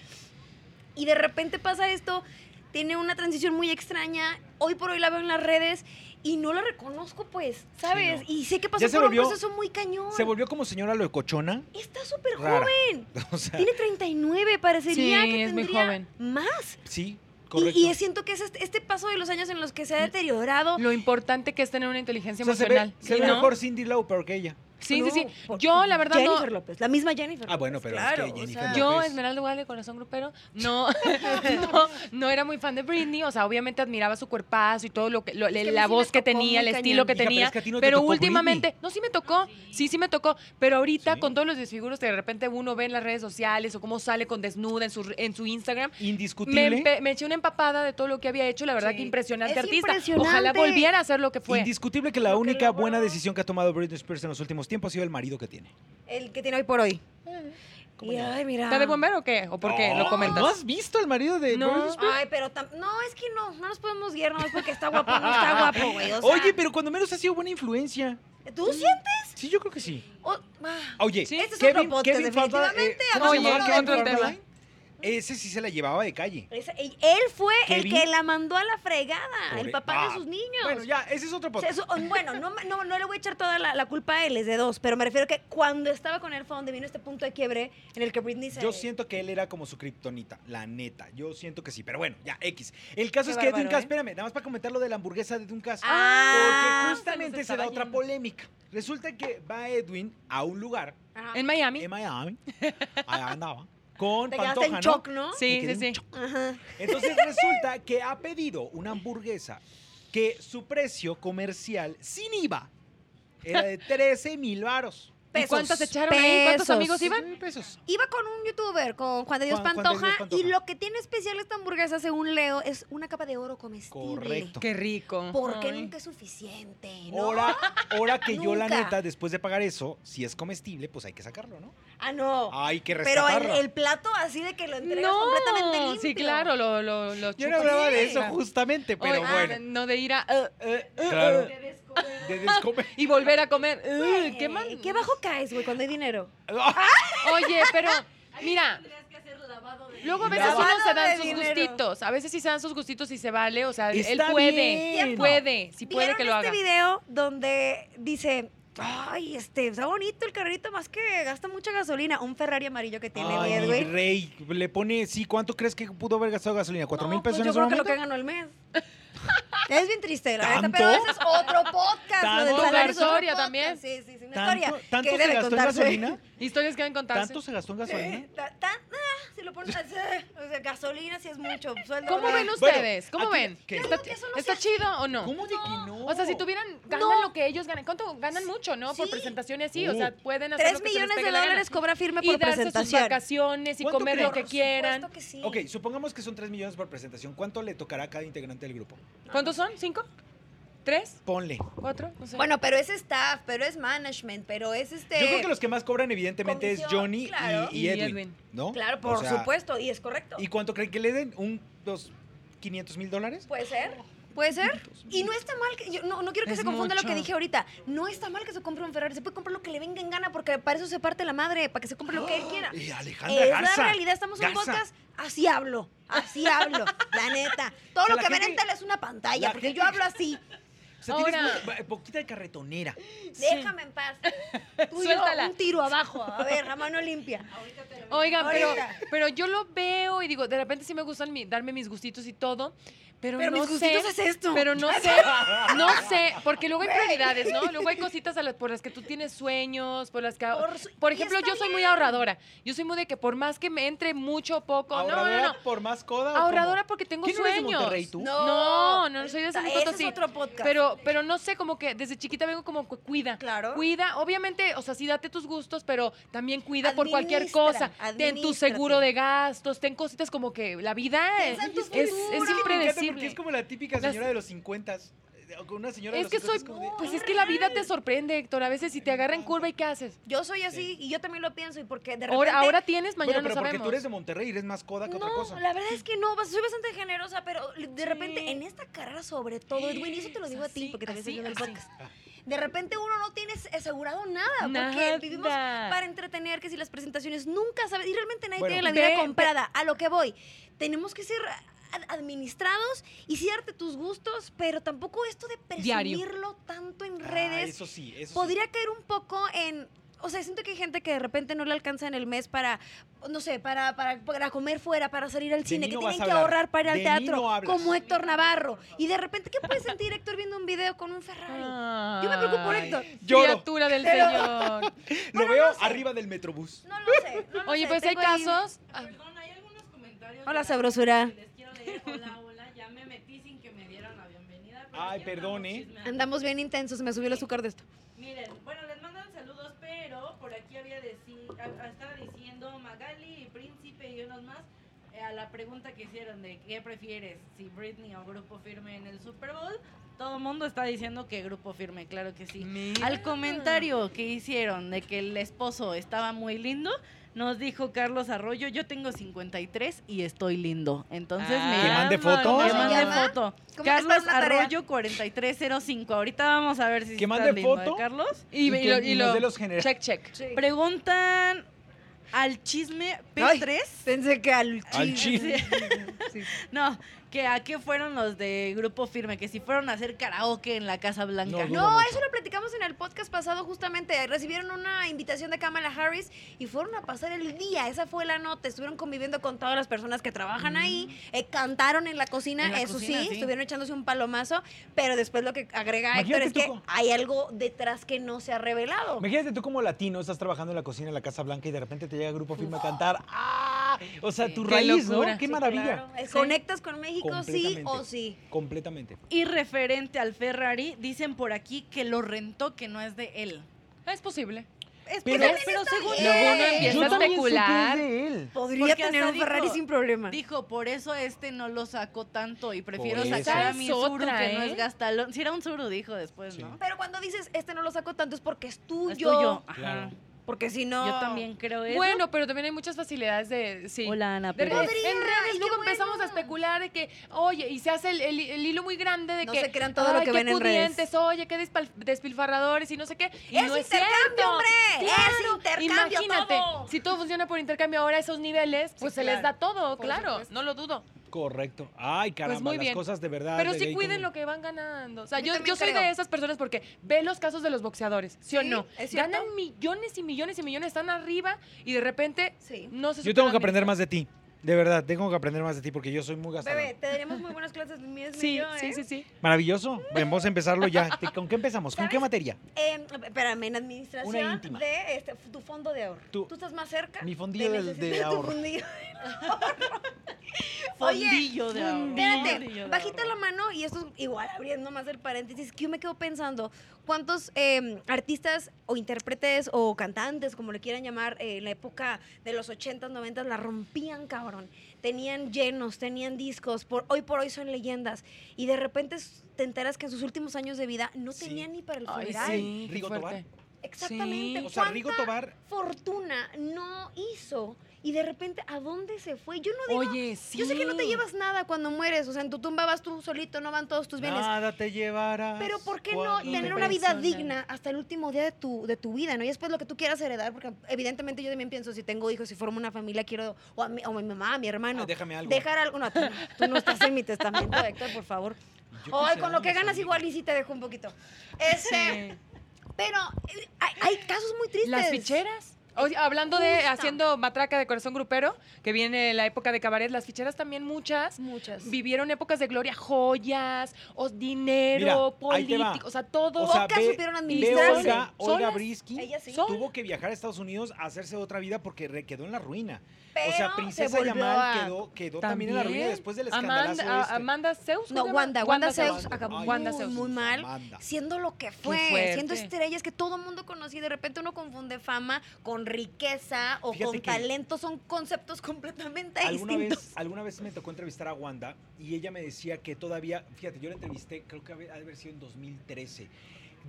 A: Y de repente pasa esto, tiene una transición muy extraña. Hoy por hoy la veo en las redes y no la reconozco, pues, ¿sabes?
B: no.
A: Y sé que
B: Ya
A: pasó
B: se
A: por
B: volvió-
A: un proceso muy cañón.
B: Se volvió como señora locochona.
A: Está súper
B: Rara.
A: joven.
B: O sea,
A: Tiene 39, parecería
C: Sí,
A: que
C: es muy
A: tendría
C: joven.
A: más.
B: sí,
A: Y-
B: correcto. Mm.
A: Y, siento que es este, este paso de los años en los que se ha deteriorado.
C: Lo importante que es tener una inteligencia
B: O sea, se ve,
C: emocional.
B: se
C: Sí,
B: ve
C: ¿no?
B: mejor Cindy Lauper que ella.
C: Sí, sí, sí.
A: No, por-
C: Yo, la verdad, no.
A: Jennifer López, la misma Jennifer.
B: Ah, bueno,
A: López,
B: pero es que
A: claro,
B: Jennifer
A: o sea,
C: Yo,
B: López.
C: Esmeralda Igual de Corazón Grupero, no, no, no era muy fan de Britney. O sea, obviamente admiraba su cuerpazo y todo lo que, lo-
A: que a mí
C: la
A: sí me
C: voz que
A: tocó
C: tenía, el
A: muy cañón.
C: estilo que
B: Hija, pero
C: tenía.
B: es que a ti no te
C: pero
B: tocó
C: últimamente,
B: Britney.
C: no, sí me tocó, sí, sí me tocó. Pero ahorita,
B: Sí.
C: con todos los desfiguros que de repente uno ve en las redes sociales o cómo sale con desnuda en su, en su Instagram, me,
B: Indiscutible.
C: empe- me eché una empapada de todo lo que había hecho. La verdad
A: Sí.
C: que impresionante
A: Es
C: artista.
A: impresionante.
C: Ojalá volviera a hacer lo que fue.
B: Indiscutible que la
A: Lo que
B: única
A: logró.
B: buena decisión que ha tomado Britney Spears en los últimos tiempos ha sido el marido que tiene.
A: El que tiene hoy por hoy. Ah.
B: ¿Cómo
A: Y,
B: no?
A: ay, mira.
C: ¿Está de buen ver o qué? ¿O por qué?
B: No,
C: Lo comentas.
B: ¿No has visto al marido de
C: No.
B: Britney Spears?
A: Ay, pero tam- no, es que no, no nos podemos guiar, no es porque está guapo, no está guapo, güey. o sea,
B: Oye, pero cuando menos ha sido buena influencia.
A: ¿Tú sientes?
B: Sí, yo creo que sí.
A: O- ah,
B: Oye,
A: Sí. Este es otro
B: Kevin,
A: podcast,
B: Kevin Fadla-
A: definitivamente,
B: ¿cómo se
C: hablando
B: llamaba
C: de
B: Kevin
C: otro tema.
B: Fadline? Ese sí se la llevaba de calle.
A: Esa- él él fue el
B: Kevin.
A: que la mandó a la fregada,
B: Pobre-
A: el papá
B: Ah,
A: de sus niños.
B: Bueno, ya, pues. ese es otro
A: O sea,
B: podcast.
A: eso- bueno, no, me- no, no le voy a echar toda la, la culpa a él, es de dos, pero me refiero que cuando estaba con él fue donde vino este punto de quiebre en el que Britney se...
B: Yo siento que él era como su kriptonita, la neta. Yo siento que sí, pero bueno, ya, X. El caso
C: Qué
B: es que Edwin
C: bárbaro,
B: Cass,
C: ¿eh?
B: espérame, nada más para comentar lo de la hamburguesa de Edwin Cass.
A: Ah,
B: porque
C: se nos
B: justamente se
C: estaba
B: da otra
C: yendo.
B: polémica. Resulta que va Edwin a un lugar,
A: Ajá.
C: En Miami.
B: en Miami, allá andaba, con
A: Te quedaste
B: Pantoja,
A: en
B: ¿no?
A: shock, ¿no?
B: Me
C: Sí,
B: quedé
C: sí, sí.
B: en
A: Ajá.
B: Entonces resulta que ha pedido una hamburguesa que su precio comercial sin IVA era de 13 mil varos.
C: ¿Y cuántas
A: Pesos,
C: echaron ahí? ¿Cuántos
A: pesos.
C: amigos iban?
B: Sí, pesos.
A: Iba con un youtuber, con Juan de Dios,
B: Juan- Juan de
A: Pantoja,
B: Dios Pantoja.
A: y lo que tiene especial esta hamburguesa, según Leo, es una capa de oro comestible.
B: Correcto.
C: Qué rico.
A: Porque
C: Ay.
A: nunca es suficiente, ¿no?
B: Ahora, ahora que yo, la
A: Nunca.
B: neta, después de pagar eso, si es comestible, pues hay que sacarlo, ¿no?
A: Ah, no.
B: Hay que
A: Pero el,
B: rescatarlo.
A: el plato así de que lo entregas
C: No,
A: completamente limpio.
C: sí, claro, lo, lo, lo
B: Yo no
C: chupas.
B: hablaba de
C: Sí.
B: eso justamente, pero
C: Oye, ah,
B: bueno.
C: No de ir a. eh, eh, eh,
B: Claro.
C: eh,
B: De descomer.
C: y volver a comer. eh,
A: Güey,
C: ¿Qué man-
A: ¿Qué bajo caes, güey, cuando hay dinero? Ah,
C: Oye, pero. Mira, luego a veces
B: Lavado
C: uno se dan
A: de
C: sus
A: dinero.
C: gustitos. A veces sí se dan sus gustitos y se vale. O sea, él
B: Está
C: puede.
B: bien.
C: Puede. Sí puede
A: ¿Vieron
C: que lo
A: este
C: haga.
A: video donde dice, ay, este, está bonito el carrito, más que gasta mucha gasolina. Un Ferrari amarillo que tiene
B: Ay,
A: Edwin.
B: rey, le pone, sí, ¿cuánto crees que pudo haber gastado gasolina? ¿Cuatro
A: No,
B: mil
A: pues
B: pesos
A: yo
B: en ese
A: creo que lo
B: momento?
A: que ganó el mes. es bien triste, la verdad,
B: ¿Tanto?
A: pero ese es otro podcast. Lo del
B: ¿Tanto?
A: salario es otro
C: Historia
A: podcast.
C: también.
A: Sí, sí, sí, una
B: ¿Tanto,
A: historia
B: tanto
A: que
B: se
A: debe
B: gastó en
A: contarse.
B: gasolina?
C: Historias que deben contarse.
B: ¿Tanto se gastó en gasolina?
A: Eh, ta- tan- ah, si lo pones así, o sea, gasolina sí es mucho. sueldo
C: ¿Cómo
A: no.
C: ven
B: Bueno,
C: ustedes? ¿Cómo
B: aquí-
C: ven?
B: ¿qué?
C: ¿Está,
A: Yo digo que eso no
C: está
A: se
C: chido o no?
B: ¿Cómo de que no?
C: O sea, si tuvieran, ganan
A: No.
C: lo que ellos ganan. ¿Cuánto ganan mucho, no? Por
A: Sí.
C: presentación y así. O
B: Uh.
C: sea, pueden hacer.
A: Tres
C: lo que se les
A: millones
C: pegue
A: de
C: la gana.
A: dólares cobra firme
C: Y
A: por
C: darse sus
A: presentación.
C: vacaciones y
B: ¿Cuánto
C: comer lo
B: creen?
C: que quieran.
A: Por supuesto que sí.
B: Ok, supongamos que son 3 millones por presentación. ¿Cuánto le tocará a cada integrante del grupo?
C: ¿Cuántos son? ¿Cinco? ¿Tres?
B: Ponle.
C: ¿Cuatro? No sé.
A: Bueno, pero es staff, pero es management, pero es este.
B: Yo creo que los que más cobran, evidentemente, es
A: comisión,
B: Johnny y-
A: claro.
B: y,
C: Y
B: Edwin,
C: Edwin.
B: ¿no?
A: Claro,
B: O
A: por
B: sea,
A: supuesto, y es correcto.
B: ¿Y cuánto creen que le den? ¿Un, dos, 500 mil dólares?
A: Puede ser, puede ser. Y no está mal, que, yo no, no quiero que
C: Es
A: se confunda lo que
C: mucho.
A: dije ahorita. No está mal que se compre un Ferrari, se puede comprar lo que le venga en gana, porque para eso se parte la madre, para que se compre lo que él quiera.
B: Y Alejandra
A: Es la
B: Garza.
A: realidad, estamos en un
B: Garza.
A: podcast, así hablo, así hablo, la neta. Todo
B: O sea,
A: lo
B: la
A: que ven en
B: gente-
A: tele es una pantalla,
B: la
A: porque
B: gente-
A: yo hablo así.
B: O sea, tienes
C: Ahora-
B: muy- poquita de carretonera.
A: Déjame en paz. Tú y yo,
C: Suéltala.
A: un tiro abajo, a ver, a mano limpia.
C: Oigan, pero,
A: Ahorita.
C: pero yo lo veo y digo, de repente sí me gustan mi- darme mis gustitos y todo, pero,
A: Pero
C: no
A: mis
C: sé.
A: gustitos es esto.
C: Pero no sé, no sé, porque luego hay prioridades, ¿no? Luego hay cositas a las, por las que tú tienes sueños, por las que...
A: Por
C: Por,
A: su- y
C: ejemplo,
A: está
C: yo soy muy
A: bien.
C: ahorradora. Yo soy muy de que por más que me entre mucho o poco...
B: ¿Ahorradora
C: no, no, no.
B: por más coda? o cómo?
C: Ahorradora porque tengo
B: ¿Quién no eres de
C: sueños.
B: Monterrey, tú?
C: No, no, no soy de San Luis
A: Ese
C: Potosí.
A: es otro podcast.
C: Pero, pero no sé, como que desde chiquita vengo como que cuida.
A: Claro.
C: Cuida, obviamente, o sea, sí date tus gustos, pero también cuida por cualquier cosa.
A: Administra,
C: Ten tu
A: administrate.
C: seguro de gastos, ten cositas como que la vida
A: Piensa en tu
C: es,
A: futuro. Es
C: es, es
A: que me
B: Me encanta porque
C: impredecible.
B: es como la típica
C: Las-
B: señora de los 50. Una señora de
C: Es
B: los
C: que
B: 50
C: soy,
B: como de,
C: pues es que la vida te sorprende, Héctor. A veces si te agarra en curva y qué haces.
A: Yo soy así y yo también lo pienso y porque de repente...
C: Ahora, ahora tienes, mañana
B: "Ah, bueno, pero
C: no
B: porque
C: sabemos.
B: tú eres de Monterrey, eres más coda que otra
A: No,
B: cosa.
A: la verdad es que no, vas- soy bastante generosa, pero de repente
C: Sí.
A: en esta carrera sobre todo, Edwin, y eso te lo digo a ti
C: Así,
A: porque también estoy
C: así,
A: viendo el
C: así.
A: podcast. De repente uno no tiene asegurado nada, porque
C: Nada.
A: vivimos para entretener, que si las presentaciones nunca sabes, y realmente nadie
B: Bueno.
A: tiene la vida
C: Ve,
A: comprada, a lo que voy. Tenemos que ser ad- administrados y sí darte tus gustos, pero tampoco esto de
C: Diario.
A: presumirlo tanto en
B: Ah,
A: redes
B: eso sí, eso sí.
A: podría caer un poco en. O sea, siento que hay gente que de repente no le alcanza en el mes para, no sé, para, para, para comer fuera, para salir al
B: De
A: cine,
B: mí
A: que
B: no
A: tienen
B: vas a
A: que
B: hablar.
A: ahorrar para ir al
B: De mí
A: teatro,
B: no hablas.
A: como Héctor Navarro. Y de repente, ¿qué puede sentir Héctor viendo un video con un
C: Ah.
A: Ferrari? Yo me preocupo por
C: Ay,
A: Héctor.
B: Lloro.
C: Criatura del Señor.
B: Lo veo arriba del metrobús.
A: No lo sé. no lo
C: Oye,
A: sé,
C: pues hay
A: tengo ahí-
C: casos. ah,
D: Perdón, hay algunos comentarios.
A: Hola,
D: de-
A: sabrosura.
D: que Les quiero leer. Hola, hola. Ya me metí sin que me dieran la bienvenida. pero
B: Ay,
D: aquí andamos
B: perdón, ¿eh?
D: chismeando.
A: Andamos bien intensos, me subió el azúcar de esto.
D: Miren, bueno, les mandan saludos, pero por aquí había deci- a- a- estaba diciendo Magali, Príncipe y unos más eh, a la pregunta que hicieron de qué prefieres, si Britney o Grupo Firme en el Super Bowl. Todo el mundo está diciendo que Grupo Firme, claro que sí.
C: mira.
D: Al comentario que hicieron de que el esposo estaba muy lindo, nos dijo Carlos Arroyo, yo tengo 53 y estoy lindo. Entonces,
C: Ah,
B: Que
D: mira,
B: mande foto.
D: que
A: ¿Cómo se
D: mande
A: llama?
D: foto.
A: ¿Cómo
D: Carlos
A: es la tarea?
D: Arroyo 4305. Ahorita vamos a ver si
B: Que
D: está
B: mande
D: lindo, ¿eh,
B: foto.
D: Carlos.
C: Y, y
B: que
C: lo, y
B: nos
C: lo-
B: dé los generales.
C: check, check.
A: Sí.
D: Preguntan a al chisme P3.
A: Pensé que al chi-
B: Al chi.
A: Sí. Sí.
D: No, que a qué fueron los de Grupo Firme, que si fueron a hacer karaoke en la Casa Blanca.
B: No,
A: No,
B: mucho.
A: eso lo platicamos en el podcast pasado justamente. Recibieron una invitación de Kamala Harris y fueron a pasar el día. Esa fue la nota. Estuvieron conviviendo con todas las personas que trabajan ahí. Eh, cantaron en la cocina,
D: En la
A: eso
D: cocina,
A: sí,
D: sí.
A: Estuvieron echándose un palomazo. Pero después lo que agrega
B: Imagínate
A: Héctor es
B: tú
A: que
B: co-
A: hay algo detrás que no se ha revelado.
B: Imagínate tú como latino, estás trabajando en la cocina en la Casa Blanca y de repente te llega el grupo firme a cantar. ¡Ah! O sea,
C: Sí.
B: tu
C: Qué
B: raíz, ¿no?
C: locura.
B: ¡Qué
D: Sí,
B: maravilla!
D: claro.
A: Eh,
D: Sí.
A: ¿Conectas con México sí
B: Completamente.
A: o sí?
B: Completamente.
D: Y referente al Ferrari, dicen por aquí que lo rentó, que no es de él.
C: Es posible.
D: Es
B: Pero-
D: posible,
A: Pero según
C: Luego uno empieza
B: Yo
C: a
B: también sé que
C: especular.
B: es de él.
A: Podría
D: Porque
A: tener
D: hasta
A: un Ferrari
D: dijo-
A: sin problema.
D: Dijo, por eso este no lo sacó tanto y prefiero
B: Por eso.
D: sacar a mi
C: Esa es
D: Zuru
C: otra,
D: que no
C: ¿eh?
D: es gastalón. Si era un Zuru, dijo después,
B: Sí.
D: ¿no?
A: Pero cuando dices, este no lo saco tanto es porque es tuyo.
D: Es tuyo. Ajá.
B: Claro.
A: Porque si no...
D: Yo también creo eso.
C: Bueno, pero también hay muchas facilidades de. Sí.
D: Hola, Ana
C: De-
D: Pérez.
A: Podría,
C: en
A: ay,
C: redes
A: qué
C: luego empezamos a
A: bueno.
C: especular de que, oye, y se hace el, el- el hilo muy grande de
A: No
C: que.
A: se crean todo lo
C: ay,
A: que
C: qué
A: ven en redes.
C: pudientes, Oye, qué despal- despilfarradores y no sé qué. Y
A: ¡Es
C: no
A: intercambio,
C: cierto.
A: hombre! ¡Es intercambio
C: Imagínate,
A: todo!
C: si todo funciona por intercambio ahora a esos niveles, pues se les
A: claro.
C: da todo,
A: Por
C: claro.
A: supuesto.
C: No lo dudo.
B: Correcto. Ay, caramba,
C: Pues muy
B: las
C: bien.
B: cosas Ah, de verdad.
C: Pero
B: de
C: sí
B: gay
C: cuiden
B: común.
C: lo que van ganando. O sea,
A: Yo
C: yo,
A: también
C: yo soy
A: creo.
C: de esas personas porque ve los casos de los boxeadores, ¿sí, o
A: Sí,
C: no?
A: es cierto.
C: Ganan millones y millones y millones, están arriba y de repente
A: Sí.
C: no se
B: Yo tengo
C: superan
B: que aprender
C: ni-
B: más de ti. De verdad, tengo que aprender más de ti porque yo soy muy gastado.
A: Bebé, te daremos muy buenas clases. mi es
C: Sí,
A: mi yo,
C: sí,
A: ¿eh?
C: sí, sí.
B: Maravilloso. Vamos a empezarlo ya. Te- ¿Con qué empezamos? ¿Con qué
A: ¿Sabes?
B: materia?
A: Eh, espérame, en
B: Una
A: administración
B: íntima.
A: de este, f- tu fondo de ahorro.
B: Tu-
A: Tú estás más cerca.
B: mi fondillo del-
A: necesitar
B: de
A: tu
B: ahorro.
A: fondillo. Oye,
D: Fondillo de ahorro. Fondillo
A: Espérate,
D: de
A: bajita
D: ahorro.
A: la mano y esto es igual abriendo más el paréntesis, que yo me quedo pensando, ¿cuántos eh, artistas o intérpretes o cantantes, como le quieran llamar, eh, en la época de los 80s, 90s, la rompían, cabrón? Tenían llenos, tenían discos, por hoy por hoy son leyendas, y de repente s- te enteras que en sus últimos años de vida no
B: Sí.
A: tenían ni para el
C: Ay,
A: funeral.
B: sí.
C: qué
B: Rigo Tobar.
C: fuerte.
A: Exactamente.
C: Sí.
B: O sea, Rigo
A: ¿Cuánta
B: Tobar.
A: fortuna no hizo? Y de repente, ¿a dónde se fue? Yo no digo
C: Oye, sí.
A: yo sé que no te llevas nada cuando mueres, o sea, en tu tumba vas tú solito, no van todos tus bienes.
B: Nada te llevarás.
A: Pero ¿por qué no
B: cuando-
A: tener una vida
C: Impresionante.
A: digna hasta el último día de tu, de tu vida, no? Y después lo que tú quieras heredar, porque evidentemente yo también pienso, si tengo hijos, si formo una familia, quiero, o a mi, o a mi mamá, a mi hermano,
B: Ah, déjame algo.
A: dejar algo. No, tú, no, tú no estás en mi testamento, Héctor, por favor.
B: Yo
A: Ay,
B: quisiera
A: con lo que
B: unos
A: ganas
B: amigos.
A: igual y sí te dejo un poquito. Este, pero eh, hay, hay casos muy tristes.
C: Las ficheras. O sea, hablando de
A: Justo.
C: haciendo matraca de corazón grupero, que viene la época de cabaret, las ficheras también muchas
A: Muchas.
C: vivieron épocas de gloria, joyas, o dinero,
B: Mira, ahí te va.
C: político, o sea, todo.
B: O sea,
A: Pocas
B: ve-
A: supieron
B: ve
A: administrarse.
B: Olga, Olga
C: Solas.
B: Brisky
A: Ella sí.
C: Solas.
B: tuvo que viajar a Estados Unidos a hacerse otra vida porque re- quedó en la ruina.
A: Pero
B: o sea,
A: se
B: Princesa
A: volvió a-
B: Yamal quedó, quedó también en la ruina después del escandalazo
C: Amanda,
B: este.
C: a- Amanda
A: No,
C: Zeus. ¿cómo se llama?
A: Wanda, Wanda Zeus
B: Wanda.
A: acabó
B: Ay,
C: Wanda
A: muy,
C: Zeus.
A: muy mal,
B: Amanda.
A: siendo lo que fue,
C: fuerte.
A: siendo estrellas que todo mundo conocía y de repente uno confunde fama con riqueza o
B: Fíjate
A: con
B: que-
A: talento, son conceptos completamente
B: alguna
A: distintos.
B: vez, alguna vez me tocó entrevistar a Wanda y ella me decía que todavía, fíjate, yo la entrevisté, creo que ha de haber sido en 2013.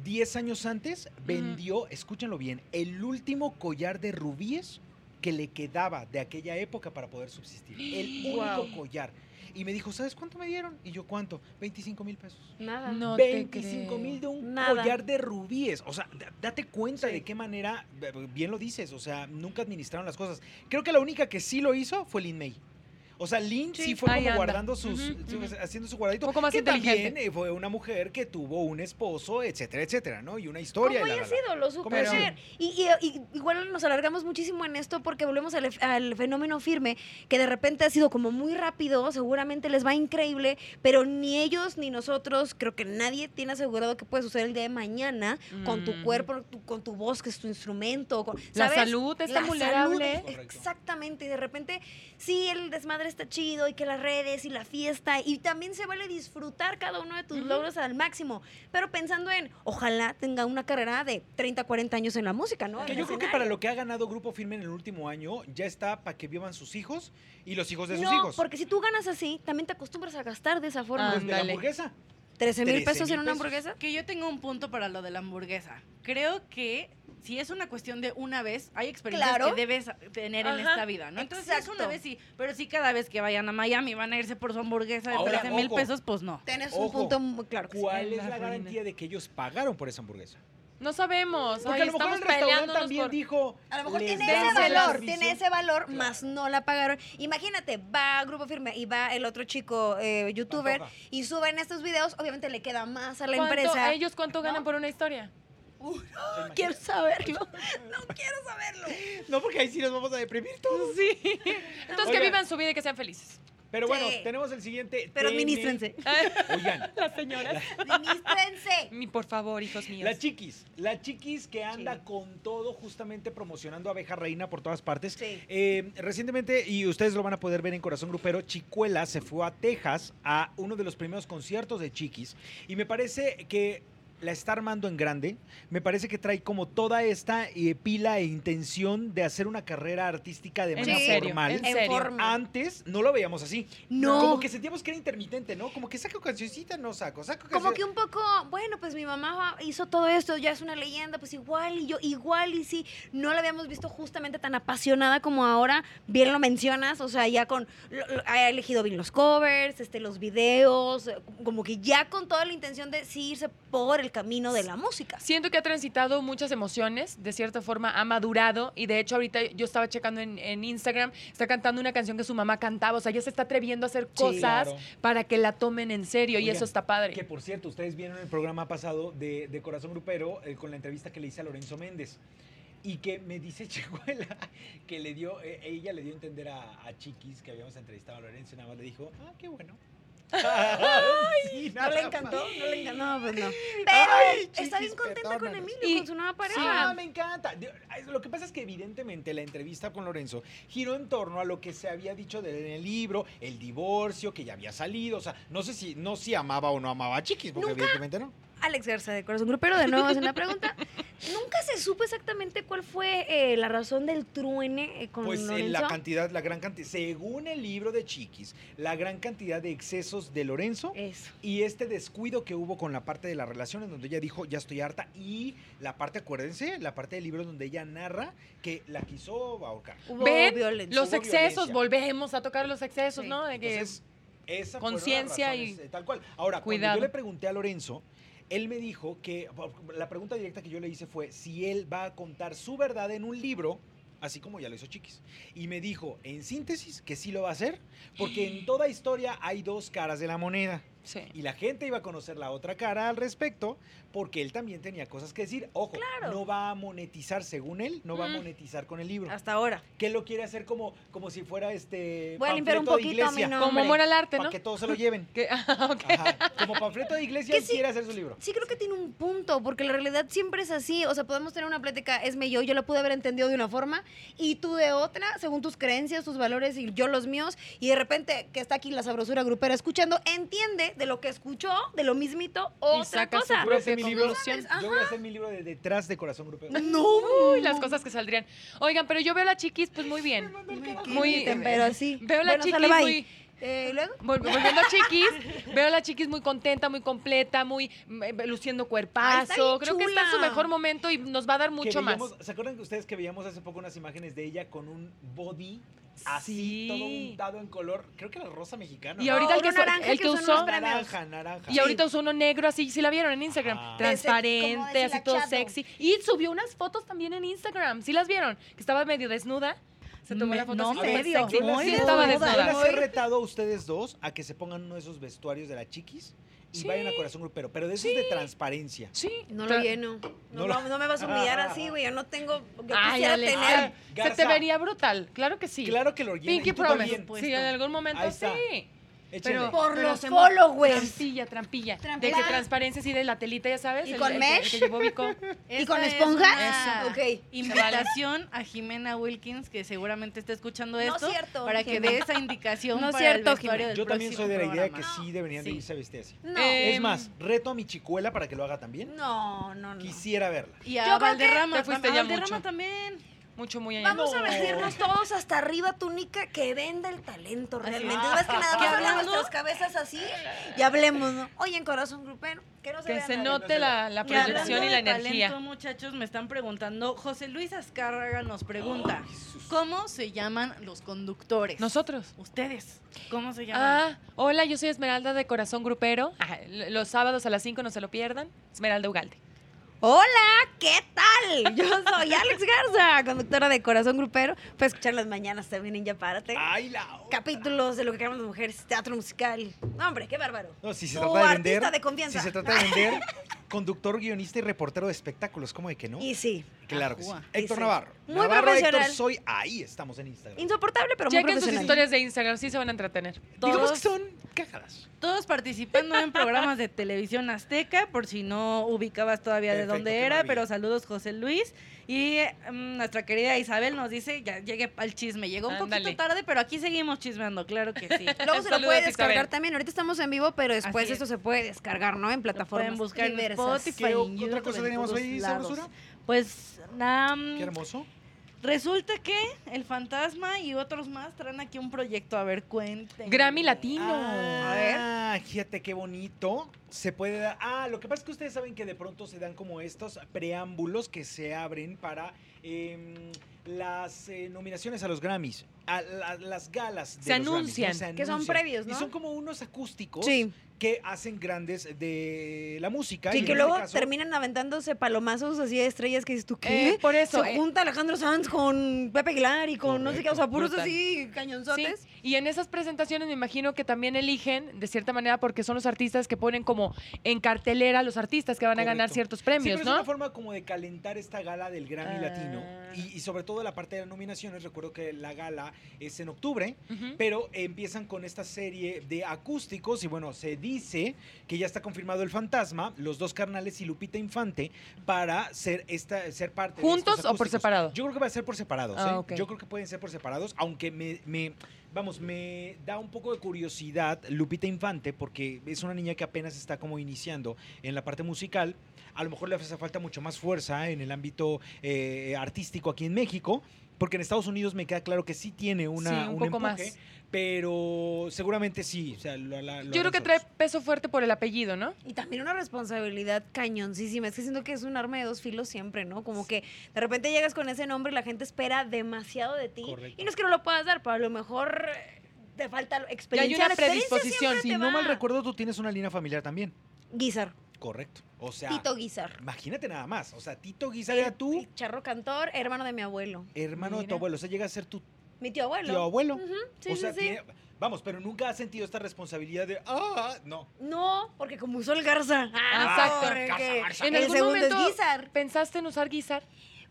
B: Diez años antes vendió, escúchenlo bien, el último collar de rubíes que le quedaba de aquella época para poder subsistir. El único
C: Guau.
B: collar. Y me dijo, ¿sabes cuánto me dieron? Y yo, ¿cuánto? 25 mil pesos.
A: Nada.
C: No te
B: 25 mil de un
A: Nada.
B: collar de rubíes. O sea, da- date cuenta
C: Sí.
B: de qué manera, b- b- bien lo dices, o sea, nunca administraron las cosas. Creo que la única que sí lo hizo fue Lin May. O sea, Lin sí,
C: Sí,
B: fue
C: ahí
B: como
C: anda.
B: guardando sus,
C: Ujú,
B: su-
C: ujú.
B: haciendo su guardadito.
C: Un poco más
B: que también
C: inteligente.
B: eh, fue una mujer que tuvo un esposo, etcétera, etcétera, ¿no? Y una
A: ¿Cómo
B: historia. y la,
A: haya
B: la, la.
A: sido? Lo
B: ¿Cómo
A: supo
B: haya
A: hacer. Y, y- y igual nos alargamos muchísimo en esto porque volvemos al, ef- al fenómeno firme, que de repente ha sido como muy rápido, seguramente les va increíble, pero ni ellos ni nosotros, creo que nadie tiene asegurado que puede suceder el día de mañana con tu
C: Mm.
A: cuerpo, tu- con tu voz, que es tu instrumento. Con,
C: La
A: ¿sabes?
C: salud está
A: La
C: vulnerable.
A: salud,
B: Correcto.
A: exactamente, y de repente, sí, el desmadre está chido y que las redes y la fiesta, y también se vale disfrutar cada uno de tus
C: Ujú.
A: logros al máximo, pero pensando en, ojalá tenga una carrera de 30, 40 años en la música, ¿no?
B: Que
A: En
B: yo
A: el
B: creo que
A: escenario.
B: para lo que ha ganado Grupo Firme en el último año, ya está para que vivan sus hijos y los hijos de sus
A: no,
B: hijos.
A: porque si tú ganas así, también te acostumbras a gastar de esa forma.
B: Desde la
C: Ándale.
B: hamburguesa.
A: 13 mil
B: 13,000
A: pesos en una
B: pesos.
A: hamburguesa.
D: Que yo tengo un punto para lo de la hamburguesa. Creo que si es una cuestión de una vez, hay experiencias
A: Claro.
D: que debes tener en
C: Ajá,
D: esta vida, ¿no? Entonces, si es
A: exacto.
D: una vez sí, pero si cada vez que vayan a Miami van a irse por su hamburguesa de
B: Ahora,
D: 13 mil
B: ojo.
D: pesos, pues no.
A: Tienes
B: Ojo,
A: un punto muy claro. que sí.
B: ¿Cuál
C: en
B: es
C: la
B: la
C: ruina.
B: garantía de que ellos pagaron por esa hamburguesa?
C: No sabemos.
B: Porque
C: Ay,
B: a lo mejor
C: estamos
B: el restaurante
C: peleándonos
B: también
C: por-
B: dijo.
A: A lo mejor
B: "Les
A: tiene
B: damos
A: ese
C: den
B: el
A: valor,
B: servicio".
A: tiene ese valor, más no la pagaron. Imagínate, va Grupo Firme y va el otro chico eh, youtuber
B: Pantoja.
A: y suben estos videos, obviamente le queda más a la
C: ¿Cuánto-
A: empresa.
C: ¿A ellos cuánto ganan por una historia?
A: Quiero saberlo, no quiero saberlo.
B: No, porque ahí sí nos vamos a deprimir todos.
C: Sí. Entonces
B: Oigan.
C: que vivan su vida y que sean felices.
B: Pero bueno,
A: Sí.
B: tenemos el siguiente.
A: Pero
B: TN.
A: administrense,
B: Oigan,
C: Las señoras.
A: administrense.
C: Mi, por favor, hijos míos.
B: la chiquis. La chiquis que anda
A: Sí.
B: con todo, justamente promocionando Abeja Reina por todas partes.
A: Sí.
B: Eh, recientemente, y ustedes lo van a poder ver en Corazón Grupero, Chicuela se fue a Texas a uno de los primeros conciertos de Chiquis. Y me parece que la está armando en grande. Me parece que trae como toda esta eh, pila e intención de hacer una carrera artística de
C: En
B: manera
A: serio,
B: formal.
C: en
A: En
C: serio.
A: forma.
B: Antes no lo veíamos así.
A: No.
B: Como que sentíamos que era intermitente, ¿no? Como que saco cancioncita, no saco, saco
A: Como
B: cancio-
A: que un poco, bueno, pues mi mamá hizo todo esto, ya es una leyenda, pues igual y yo, igual y sí, no la habíamos visto justamente tan apasionada como ahora, bien lo mencionas, o sea, ya con, lo- lo- ha elegido bien los covers, este, los videos, eh, como que ya con toda la intención de sí irse por el camino de la música.
C: Siento que ha transitado muchas emociones, de cierta forma ha madurado y de hecho ahorita yo estaba checando en, en Instagram, está cantando una canción que su mamá cantaba, o sea, ya se está atreviendo a hacer cosas
B: claro.
C: para que la tomen en serio y
B: Oigan,
C: eso está padre.
B: Que por cierto, ustedes vieron el programa pasado de, de Corazón Grupero eh, con la entrevista que le hice a Lorenzo Méndez. Y que me dice Chicuela que le dio, eh, ella le dio a entender a, a Chiquis que habíamos entrevistado a Lorenzo y nada más le dijo, ah, qué bueno. Sí,
A: No le
B: nada más.
A: encantó, no le encantó, no, pues no. Pero
B: Ay,
A: está bien
B: chiquis,
A: contenta con
B: perdónanos.
A: Emilio,
C: Y-
A: con su nueva
B: Ah,
A: pareja.
B: me encanta. Digo, ay, Lo que pasa es que evidentemente la entrevista con Lorenzo giró en torno a lo que se había dicho de- en el libro, el divorcio, que ya había salido. O sea, no sé si, no si amaba o no amaba a Chiquis, porque evidentemente no.
A: Alex Garza de Corazón Grupero, de nuevo hace una pregunta. Nunca se supo exactamente cuál fue eh, la razón del truene eh, con
B: Pues eh,
A: Lorenzo.
B: la cantidad, la gran cantidad, según el libro de Chiquis, la gran cantidad de excesos de Lorenzo
A: Eso.
B: y este descuido que hubo con la parte de la relación en donde ella dijo, ya estoy harta, y la parte, acuérdense, la parte del libro donde ella narra que la quiso ahorcar.
A: Hubo
C: ¿Ven?
A: violencia.
C: Los
B: hubo
C: excesos,
B: violencia.
C: volvemos a tocar los excesos,
A: Sí.
C: ¿no? De que-
B: Entonces, esa
C: conciencia y
B: eh, tal cual. Ahora, cuando
C: cuidado.
B: yo le pregunté a Lorenzo, él me dijo que la pregunta directa que yo le hice fue si él va a contar su verdad en un libro. Así como ya lo hizo Chiquis. Y me dijo, en síntesis, que sí lo va a hacer, porque en toda historia hay dos caras de la moneda.
C: sí.
B: Y la gente iba a conocer la otra cara al respecto, porque él también tenía cosas que decir. Ojo,
A: Claro.
B: no va a monetizar, según él, no va a
C: Mm.
B: monetizar con el libro.
A: Hasta ahora.
B: Que él lo quiere hacer como, como si fuera este.
A: Voy a limpiar un
B: panfleto de
A: poquito mi
B: iglesia.
A: nombre.
C: Como muera el arte,
B: Para
C: ¿no?
B: que todos se lo lleven.
C: Que- ah, ok.
B: Ajá. Como panfleto de iglesia,
A: Que
B: él
A: sí.
B: quiere hacer su libro.
A: Sí creo que tiene un punto, porque la realidad siempre es así. O sea, podemos tener una plática, Esme y yo, yo la pude haber entendido de una forma y tú de otra, según tus creencias, tus valores y yo los míos. Y de repente, que está aquí la sabrosura grupera escuchando, entiende de lo que escuchó, de lo mismito,
C: Y
A: otra
C: saca su
A: cosa.
B: Voy a
C: propia
B: hacer mi libro.
C: conclusión.
B: Yo voy a hacer mi libro de detrás de corazón grupero.
C: Mm,
A: No.
C: Uy, las cosas que saldrían. Oigan, pero yo veo a la chiquis, pues muy bien.
A: Muy
C: Muy- eh,
A: pero así.
C: Veo a la
A: Bueno, sale,
C: chiquis
A: bye.
C: muy...
A: Eh, ¿y luego?
C: Vol- Volviendo a Chiquis, veo a la Chiquis muy contenta, muy completa, muy mm, luciendo
A: Ay, está bien
C: cuerpazo. Creo que está en su
A: chula.
C: mejor momento y nos va a dar
B: Que
C: mucho más.
B: veíamos- ¿Se acuerdan que ustedes que veíamos hace poco unas imágenes de ella con un body así,
C: Sí.
B: todo untado en color? Creo que era rosa mexicana.
C: Y
B: ¿no?
C: ahorita el
A: uno
C: que, so-
A: naranja
C: el
A: que
C: que
A: usó
C: usó,
A: unos-
B: naranja, naranja.
C: y ahorita usó uno negro así, sí la vieron en Instagram,
B: Ah.
A: Como
C: transparente,
A: de
C: así todo
A: silachado.
C: sexy. Y subió unas fotos también en Instagram, ¿sí las vieron? Que estaba medio desnuda. Se tomó
A: Me-
C: la foto
A: no,
C: así,
B: A ver,
A: medio.
C: súper sexy.
B: yo las
A: Muy
C: Sí
B: he-
C: estaba
B: yo
A: desnuda.
C: desnuda.
B: las he retado a ustedes dos a que se pongan uno de esos vestuarios de la chiquis y
C: Sí.
B: vayan a corazón grupero, pero de esos de transparencia.
C: Sí.
A: No
C: Tra-
A: lo lleno. No,
B: No lo-
A: no- no me vas a humillar así, güey. Yo no tengo. Yo
C: Ay,
A: quisiera
C: Ale,
A: tener.
C: ay,
B: Garza.
C: se te vería brutal, claro que sí.
B: Claro que lo llena,
C: Pinky
B: y tú
C: Promise.
B: también.
C: Sí, en algún momento
B: Ahí está.
C: sí.
B: Échenle.
C: Pero-
A: por los
C: hacemos
A: followers.
C: Trampilla, trampilla.
A: Trampilla.
C: De que transparencia así de la telita, ya sabes.
A: ¿Y
C: el-
A: con
C: el que- el
A: mesh?
C: que llevó Vico.
A: ¿Y con
D: Esta es
A: esponja? Ah,
D: una
A: Ok.
D: Invitación a Jimena Wilkins, que seguramente está escuchando
A: No es
D: esto,
A: cierto,
D: para que
A: Jimena.
D: dé esa indicación
A: No es
D: para
A: cierto,
D: el vestuario
A: Jimena.
D: del
B: Yo también
D: próximo
B: soy de la idea de que
D: programa.
B: sí deberían de
D: Sí.
B: irse a vestir así.
A: No.
C: Eh,
B: es más, reto a mi chicuela para que lo haga también.
A: no, no, no.
B: Quisiera verla.
D: Y a
A: Yo creo que
D: Valderrama,
C: te fuiste
D: tam- a
C: ya
D: Valderrama
C: mucho.
D: también.
C: Mucho, muy allá.
A: Vamos a
B: No.
A: vestirnos todos hasta arriba túnica que venda el talento
D: Así.
A: realmente. No es que nada
D: ¿Qué
A: más hablan
D: hablando?
A: nuestras cabezas así y hablemos, ¿no? Oye, en corazón grupero, que no se
C: Que
A: vea
C: se
A: nada.
C: note la, la
D: Y hablando
C: proyección y
D: de
C: la energía.
D: Talento, muchachos, me están preguntando. José Luis Azcárraga nos pregunta: ¿Cómo se llaman los conductores?
C: Nosotros.
D: Ustedes. ¿Cómo se llaman?
C: Ah, hola, yo soy Esmeralda de Corazón Grupero. Ajá, l- Los sábados a las 5 no se lo pierdan. Esmeralda Ugalde.
A: Hola, ¿qué tal? Yo soy Alex Garza, conductora de Corazón Grupero. Puedes escuchar las mañanas también en Ya Párate.
B: ¡Ay, la hora!
A: Capítulos de lo que queremos las mujeres, teatro musical. No, hombre, qué bárbaro.
B: No, si se
A: Tu
B: trata de vender.
A: artista de confianza.
B: Si se trata de vender, conductor, guionista y reportero de espectáculos, ¿cómo de que no?
A: Y sí,
B: Claro que sí.
E: Ajua.
B: Héctor
A: sí.
B: Navarro.
A: Muy
B: Navarro Héctor
A: profesional.
B: soy. Ahí estamos en Instagram.
A: insoportable, pero muy
C: Chequen sus
A: profesional.
C: historias de Instagram, sí se van a entretener.
B: Digamos
D: Todos-
B: que son cajadas.
D: Todos participando en programas de televisión azteca, por si no ubicabas todavía
B: Perfecto,
D: de dónde
B: qué
D: era,
B: maravilla.
D: pero saludos José Luis. Y mm, nuestra querida Isabel nos dice, ya llegué al chisme, llegó un
C: Ándale.
D: poquito tarde, pero aquí seguimos chismeando, claro que sí.
A: Luego se lo
C: Saludos,
A: puede descargar
C: Isabel.
A: también. Ahorita estamos en vivo, pero después
D: Así es.
A: esto se puede descargar, ¿no? En plataformas
D: pueden buscar en
A: diversas.
D: Spotify.
B: ¿Qué o-
D: Fine,
B: otra
D: YouTube
B: cosa
D: en
B: teníamos
D: todos
B: ahí,
D: lados.
B: sabrosura?
D: Pues na-
B: Qué hermoso.
D: resulta que el fantasma y otros más traen aquí un proyecto, a ver, cuenten.
C: Grammy Latino.
A: A
B: Ah,
A: ver.
B: fíjate qué bonito. Se puede dar. Ah, lo que pasa es que ustedes saben que de pronto se dan como estos preámbulos que se abren para em, las eh, nominaciones a los Grammys, a la- las galas. De
C: Se
B: los Grammys,
C: anuncian.
B: Se
A: Que son
B: anuncian.
A: previos,
B: Y
A: ¿no?
B: son como unos acústicos
A: Sí,
B: que hacen grandes de la música.
A: y
B: en
A: que
B: este
A: luego
B: caso-
A: terminan aventándose palomazos así de estrellas que dices, ¿tú qué?
C: Eh, por eso.
A: se
C: eh,
A: junta Alejandro Sanz con Pepe Aguilar y con no sé qué, o sea, puros
C: brutal.
A: así cañonzotes.
C: Sí, Y en esas presentaciones me imagino que también eligen, de cierta manera, porque son los artistas que ponen como en cartelera a los artistas que van a ganar
B: Correcto.
C: ciertos
B: Sí,
C: premios,
B: pero es
C: ¿no?
B: una forma como de calentar esta gala del Grammy
C: Ah.
B: Latino y, y sobre todo la parte de las nominaciones. Recuerdo que la gala es en octubre,
C: Ujú.
B: pero empiezan con esta serie de acústicos y bueno, se dice que ya está confirmado el fantasma, los dos carnales y Lupita Infante para ser esta ser parte
C: ¿Juntos
B: de estos
C: o por
B: acústicos.
C: separado?
B: Yo creo que va a ser por separados,
C: Ah,
B: ¿eh?
C: ok.
B: Yo creo que pueden ser por separados, aunque me, me- vamos, me da un poco de curiosidad Lupita Infante porque es una niña que apenas está como iniciando en la parte musical. A lo mejor le hace falta mucho más fuerza en el ámbito eh, artístico aquí en México. Porque en Estados Unidos me queda claro que sí tiene una,
C: Sí, un poco más.
B: empuje, pero seguramente sí. o sea, lo- la- lo
C: Yo creo
B: harán
C: que trae
B: solos.
C: peso fuerte por el apellido, ¿no?
A: Y también una responsabilidad cañoncísima. Es que siento que es un arma de dos filos siempre, ¿no? Como que de repente llegas con ese nombre y la gente espera demasiado de ti.
B: Correcto.
A: Y no es que no lo puedas dar, pero a lo mejor eh, te falta
C: Ya hay
A: experiencia.
C: una
A: La experiencia
C: predisposición.
A: siempre
B: Si
A: te
B: no
A: va.
B: mal recuerdo, tú tienes una línea familiar también.
A: Guizar,
B: Correcto. O sea,
A: Tito Guizar.
B: imagínate nada más. O sea, Tito Guisa era tú,
A: Charro Cantor, hermano de mi abuelo.
B: hermano de tu
C: Mira.
B: abuelo. O sea, llega a ser tu
A: Mi tío abuelo.
B: tío abuelo.
A: Ujú, sí,
B: o
A: sí,
B: sea,
A: sí.
B: tiene- vamos, pero nunca has sentido esta responsabilidad de, ah, no.
A: No, porque como usó el Garza. Ah,
C: exacto.
A: corre,
B: Ah, Garza,
A: que
B: Garza.
C: En
A: el
C: algún
A: segundo es
C: momento-
A: Guizar.
C: ¿Pensaste en usar guisar?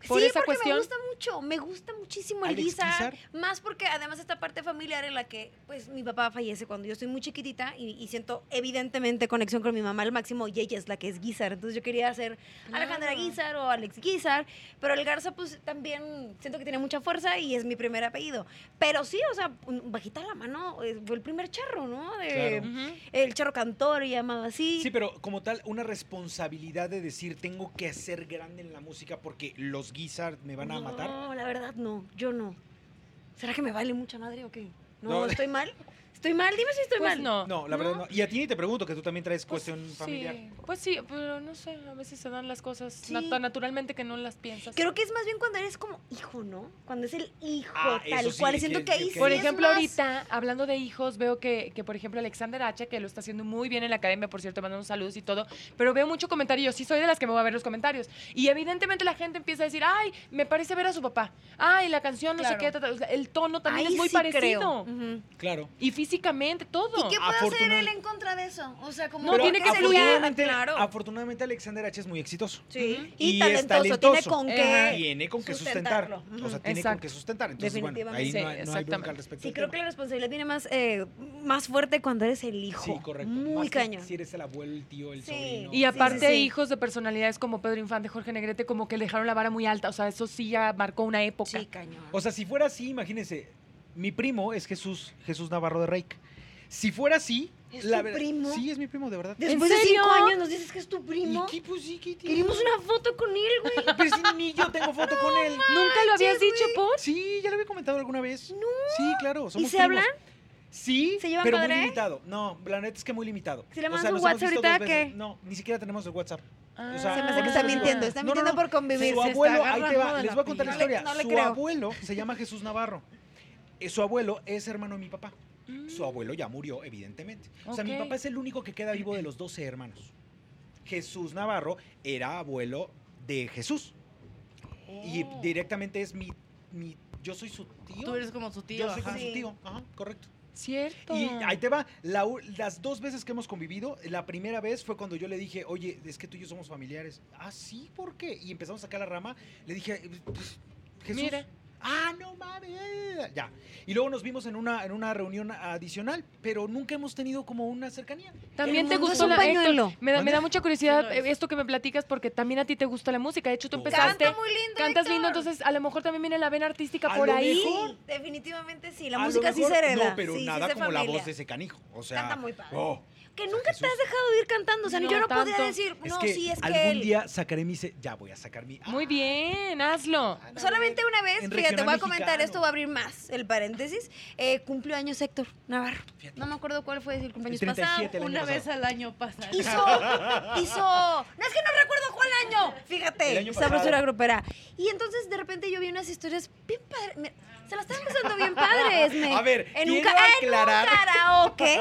C: Por
A: sí,
C: esa
A: porque
C: cuestión.
A: me gusta mucho, me gusta muchísimo el
B: Alex
A: guisar,
B: Guizar.
A: más porque además esta parte familiar en la que pues mi papá fallece cuando yo estoy muy chiquitita y, y siento evidentemente conexión con mi mamá al máximo y ella es la que es guisar, entonces yo quería hacer Alejandra
C: Claro.
A: Guizar o Alex Guizar, pero el Garza pues también siento que tiene mucha fuerza y es mi primer apellido, pero sí, o sea, un- bajita la mano, eh, fue el primer charro, ¿no? De-
B: Claro.
C: Ujú.
A: El charro cantor llamado así.
B: Sí, pero como tal, una responsabilidad de decir, tengo que hacer grande en la música porque los Guizard me van a matar.
A: No, la verdad no, yo no. ¿Será que me vale mucha madre o qué? No,
B: No.
A: estoy mal. ¿Estoy mal? Dime si estoy
C: Pues
A: mal.
C: no.
B: No, la verdad no. Y a ti ni te pregunto, que tú también traes
C: Pues
B: cuestión familiar.
C: Sí. Pues sí, pero no sé, a veces se dan las cosas
A: Sí.
C: nat- tan naturalmente que no las piensas.
A: Creo que es más bien cuando eres como hijo, ¿no? Cuando es el hijo
B: Ah, eso
A: tal
B: sí,
A: cual.
B: que-
A: Siento que ahí
B: que-
A: sí
C: Por
A: es
C: ejemplo,
A: más-
C: ahorita, hablando de hijos, veo que, que, por ejemplo, Alexander Hacha, que lo está haciendo muy bien en la academia, por cierto, mandando saludos y todo, pero veo mucho comentario, yo sí soy de las que me voy a ver los comentarios, y evidentemente la gente empieza a decir, ay, me parece ver a su papá, ay, la canción, no
A: Claro.
C: sé qué, ta, ta", o sea, el tono también
A: ahí
C: es muy
A: sí
C: parecido,
A: creo. Ujú.
B: Claro.
C: y físicamente, todo.
A: ¿Y qué puede hacer
B: Afortunadamente-
A: él en contra de eso? O sea, como
C: No,
A: porque
C: tiene que
A: es el
B: afortunadamente,
A: hijo, claro.
B: afortunadamente Alexander H es muy exitoso.
A: Sí.
C: Ujú.
A: Y,
B: Y es
A: talentoso, tiene
B: talentoso.
A: con
C: Ajá.
A: qué.
B: Tiene con qué
A: Sustentarlo.
B: sustentar. O sea,
A: Ujú.
B: tiene con
C: Exacto.
B: qué sustentar. Entonces, bueno, ahí no, hay- no
C: Definitivamente. Sí,
B: hay bronca
C: exactamente.
B: al respecto.
A: Sí,
B: del
A: creo
B: tema.
A: que la responsabilidad viene más, eh, más fuerte cuando eres el hijo.
B: Sí, correcto. Más
A: Muy
B: si-
A: cañón.
B: Si eres el abuelo, el tío, el
A: Sí.
B: sobrino.
A: Sí,
C: Y
A: sí,
C: aparte,
A: sí.
C: hijos de personalidades como Pedro Infante, Jorge Negrete, como que le dejaron la vara muy alta. O sea, eso sí ya marcó una época.
A: Sí, cañón.
B: O sea, si fuera así, imagínense, mi primo es Jesús, Jesús Navarro de Reik. Si fuera así,
A: ¿Es
B: la
A: tu
B: verdad.
A: primo?
B: Sí, es mi primo, de verdad.
A: Después de
C: ¿En serio?
A: cinco años nos dices que es tu
B: ¿Y
A: primo.
B: qué, pues, sí, qué tiene?
A: Queremos una foto con él, güey.
B: Pero si ni yo tengo foto con él.
C: ¿Nunca lo habías dicho, Paul?
B: Sí, ya lo había comentado alguna vez.
A: No.
B: Sí, claro. Somos
A: se
B: primos.
A: hablan?
B: Sí,
A: ¿Se llevan
B: pero
A: padre?
B: muy limitado. No, la neta es que muy limitado.
A: Si le
B: O
A: mandas
B: sea,
A: un
B: nos hemos
A: WhatsApp
B: visto dos
A: ahorita,
B: veces.
A: ¿qué?
B: No, ni siquiera tenemos el WhatsApp. O sea,
A: Ah, Se me hace que
B: por
C: Ah.
A: está
B: eso digo-
A: mintiendo, está
B: No, no,
A: mintiendo
B: no.
A: por convivir.
B: Su
D: se está
B: abuelo, ahí te
D: agarrando
B: va,
D: de
B: les
D: la
B: voy a contar la
A: pila. No le-
B: historia.
A: no le
B: Su
A: creo.
B: abuelo se llama Jesús Navarro. Eh, Su abuelo es hermano de mi papá.
C: Mm,
B: Su abuelo ya murió, evidentemente. O sea, mi
C: Ok.
B: papá es el único que queda vivo de los 12 hermanos. Jesús Navarro era abuelo de Jesús.
D: Oh.
B: Y directamente es mi, mi- Yo soy su tío.
D: Tú eres como su tío.
B: Yo soy
D: ajá.
B: como
A: Sí.
B: su tío. Ajá, correcto.
C: Cierto.
B: Y ahí te va, la u- las dos veces que hemos convivido, la primera vez fue cuando yo le dije, oye, es que tú y yo somos familiares. Ah, sí, ¿por qué? Y empezamos a sacar la rama, le dije, "Eh, pues, Jesús.
C: Mira.
B: Ah, no mames. Ya. Y luego nos vimos en una, en una reunión adicional, pero nunca hemos tenido como una cercanía.
C: También
A: El
C: te
A: mundo
C: gustó
A: es un
C: la Héctor,
A: pañuelo.
C: me, da, me da
B: ¿Mande?
C: mucha curiosidad
D: Sí lo es.
C: eh, esto que me platicas porque también a ti te gusta la música. De hecho, tú
B: Canto
C: empezaste.
A: Canta muy lindo.
C: cantas
A: Héctor.
C: lindo, entonces a lo mejor también viene la vena artística
B: A
C: por
B: lo
C: ahí.
A: Sí,
B: mejor.
A: definitivamente sí. La
B: A lo
A: música sí
B: mejor,
A: se hereda.
B: No, pero
A: sí, sí
B: nada
A: es de
B: como la
A: familia.
B: voz de ese canijo. O sea,
A: Canta muy padre.
B: oh,
A: Que
B: o sea,
A: nunca te has
B: Jesús.
A: dejado de ir cantando. O sea,
C: No
A: yo no podía
C: tanto.
A: decir,
B: Es
A: no,
B: que
A: sí, es
B: algún
A: que él.
B: día sacaré mi... se- Ya voy a sacar mi...
C: Muy
B: Ah,
C: bien, hazlo.
A: Solamente una vez,
B: En
A: fíjate,
B: regional
A: voy a comentar,
B: mexicano.
A: esto va a abrir más el paréntesis. Eh, cumplió años Héctor Navarro.
B: fíjate.
A: No me acuerdo cuál fue, si el cumpleaños
B: El
A: pasado.
B: 37 el año
D: Una
B: pasado.
D: vez al año pasa.
A: Hizo, hizo. No es que no recuerdo cuál año.
B: El
A: Fíjate,
B: año
A: esa brosura
B: pasado.
A: grupera. Y entonces de repente yo vi unas historias bien padres. me- Se las estaban pasando bien padres, me.
B: A ver,
A: en un,
B: quiero
A: ca- en un
B: aclarar.
A: karaoke.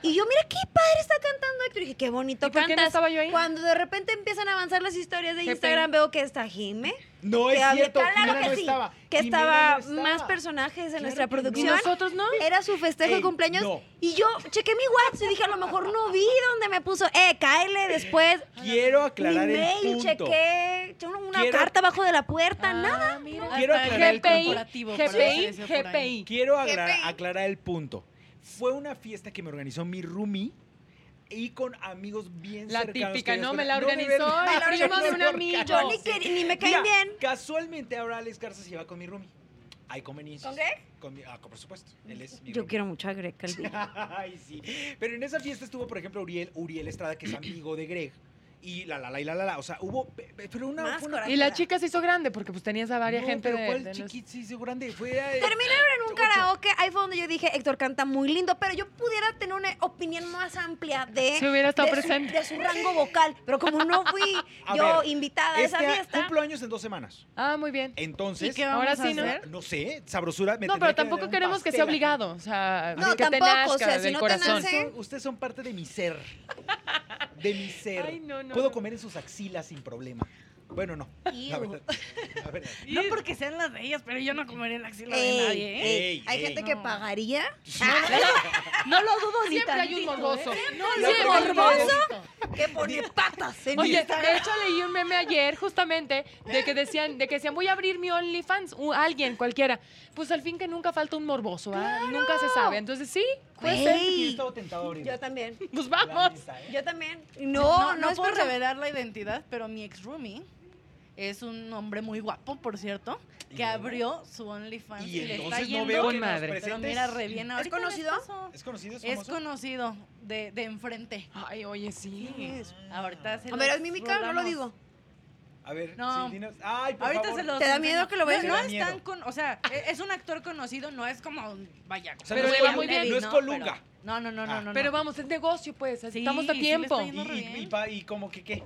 A: Y yo, mira qué padre está cantando Héctor. Y dije, qué bonito
C: ¿Y por qué no
A: cantas.
C: estaba yo ahí?
A: Cuando de repente empiezan a avanzar las historias de
C: Qué
A: Instagram, veo que está Jime.
B: No
A: que
B: es
A: había-
B: cierto,
A: claro
B: Jimena
A: que
B: no
A: sí,
B: estaba.
A: que
B: Jimena
A: estaba
B: no estaba.
A: más personajes en
B: Claro
A: nuestra
B: que no.
C: ¿Y
A: producción.
C: nosotros no?
A: Era su festejo de
B: Ey,
A: cumpleaños
B: Eh, no.
A: y yo chequé mi WhatsApp y dije, a lo mejor no vi dónde me puso, eh, cáele después.
B: Quiero
A: Mi
B: aclarar el
A: mail,
B: punto.
A: chequé, che- una, una
B: Quiero- Ah,
A: carta abajo de la puerta, nada.
C: Ah, mira.
B: Quiero
D: Hasta
B: aclarar
D: el
B: el
C: GPI,
D: corporativo, por ahí se
C: GPI,
D: decía por ahí.
C: GPI.
B: Quiero aclarar,
A: Jefe.
B: aclarar el punto. Fue una fiesta que me organizó mi roomie y con amigos bien
C: La
B: cercanos. que
C: típica,
B: yo
C: no,
B: escuela-
C: me la organizó
B: me la
C: el
B: organizó
C: primo de un
B: por
C: amigo.
B: Carlos.
A: Yo ni, quería- ni me caen
B: Mira,
A: bien.
B: Casualmente ahora Alex Garza se lleva con mi roomie. Hay conveniencias.
A: ¿Con Greg?
B: Con mi- ah, por supuesto. Él es mi
A: Yo
B: roomie.
A: quiero mucho a Greg Calvillo.
B: Ay, sí. Pero en esa fiesta estuvo, por ejemplo, Uriel, Uriel Estrada, que es amigo de Greg. Y la la la y la la la. O sea, hubo. pe- pe- Pero una.
A: Más
B: fue una-
A: coraje.
C: Y la chica se hizo grande porque pues tenías a varias
B: No,
C: gente
B: pero
C: de,
B: ¿cuál
C: de nuestra-
B: chiquit- sí, sí, grande? Fue. eh,
A: Terminaron en un
B: ocho.
A: karaoke, ahí fue donde yo dije, Héctor canta muy lindo, pero yo pudiera tener una opinión más amplia de,
C: Si hubiera estado
A: de su,
C: presente.
A: de su rango vocal, pero como no fui
B: A
A: yo
B: ver,
A: invitada a
B: Este
A: esa
B: a-
A: fiesta,
B: cumplo años en dos semanas.
C: Ah, muy bien.
B: Entonces.
D: ¿Y qué
C: Ahora
D: vamos a
C: sí, ¿no?
D: hacer?
B: No sé, sabrosura. me
C: No,
B: tendría
C: pero
B: que
C: tampoco
B: dar un
C: queremos que
B: pastel
C: sea
B: aquí.
C: obligado. O sea,
A: No,
C: que te
A: tampoco,
C: nazca
A: o sea, si
C: del
A: no te
C: corazón.
A: nace-
B: Son- ustedes son parte de mi ser. De mi ser.
C: Ay, no, no,
B: Puedo
C: no.
B: comer en sus axilas sin problema. Bueno, no. La
A: Iu.
B: verdad. la verdad.
D: No porque sean las de ellas, pero yo no comeré la axila
A: Ey,
D: de nadie, ¿eh?
A: ey,
B: Ey,
A: hay
B: ey.
A: gente que
D: No.
A: pagaría. No lo dudo ni
C: Siempre hay un
A: tantito,
C: morboso.
A: ¿eh?
C: No,
A: Hay
B: lo
A: un
B: primero
A: morboso que pone patas en
C: Oye,
A: Instagram.
C: de hecho leí un meme ayer justamente de que decían, de que decían, voy a abrir mi OnlyFans, u- alguien, cualquiera. Pues al fin que nunca falta un morboso, ¿ah? Nunca se sabe. Entonces sí, puede ser.
A: Güey,
B: Yo estaba tentado a abrir.
A: Yo también.
C: Pues
B: La
C: vamos.
B: neta, ¿eh?
A: Yo también. No, no, es
D: puedo
A: por revelar.
D: revelar la identidad, pero mi ex roomie es un hombre muy guapo, por cierto,
B: Y-
D: que abrió su OnlyFans y,
B: Y
D: le está
B: entonces
D: yendo.
B: no veo
C: Con
B: que nos
C: madre.
D: pero
B: presentes.
D: mira, re bien.
A: ¿Es
D: Ahorita les
A: conocido?
D: paso.
B: ¿Es conocido? ¿Es
D: Es
B: famoso?
D: conocido, de, de enfrente.
C: Ay, oye, sí.
D: Ahorita se
A: A ver,
D: los
A: es mímica, no lo
D: rolamos.
A: digo.
B: A ver,
D: No.
B: sí, dinos. Ay, por
D: Ahorita
B: favor.
D: se los
A: ¿Te da
D: enseño.
A: miedo que lo veas?
D: No, no
B: Me da
D: es
B: miedo.
D: tan con, o sea, e- es un actor conocido, no es como un- vaya.
B: O sea,
C: Pero
B: no
C: le
B: es
C: va
B: Colunga,
C: muy bien.
B: No es Colunga.
D: pero- No, no, no, no,
B: Ah.
D: no.
C: Pero
D: no.
C: vamos, es negocio, pues.
D: Sí,
C: Estamos a
D: sí le está
C: tiempo.
D: yendo re
B: Y, y,
D: bien.
B: y pa- y como que qué.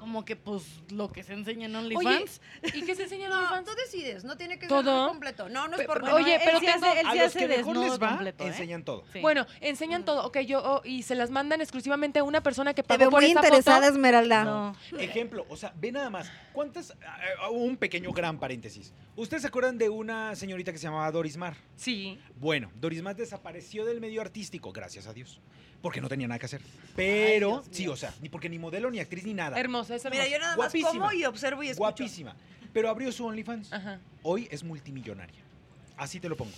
D: Como que pues lo que se enseña en
C: Oye,
D: OnlyFans.
C: ¿y qué se enseña en
A: No,
C: OnlyFans?
A: tú decides, no tiene que ser
C: ¿Todo?
A: por completo. No, no es
C: Pe-
A: por
C: pe-
A: no,
C: oye,
A: eh,
C: pero
D: él sí
C: tengo-
D: hace, él
B: A
D: sí
B: los
D: hace
B: que mejor
D: desnudo
B: les va,
D: completo, ¿eh?
B: enseñan todo.
D: Sí.
C: Bueno, enseñan todo. Ok, yo, oh, y se las mandan exclusivamente a una persona que
A: Mm. te
C: pagó
A: veo
C: por
A: muy
C: esa
A: interesada,
C: foto.
A: Esmeralda.
D: No.
B: Ejemplo, o sea, ve nada más. ¿Cuántas? ah, ah, Un pequeño gran paréntesis. ¿Ustedes se acuerdan de una señorita que se llamaba Doris Mar?
C: Sí.
B: Bueno, Doris Mar desapareció del medio artístico, gracias a Dios. Porque no tenía nada que hacer. Pero,
D: Dios
B: sí,
D: mío.
B: o sea, ni porque ni modelo, ni actriz, ni nada.
C: Hermosa, es hermosa.
A: Mira, yo nada más
B: Guapísima.
A: como y observo y escucho.
B: Guapísima. Pero abrió su OnlyFans.
D: Ah.
C: Ajá.
B: Hoy es multimillonaria. Así te lo pongo.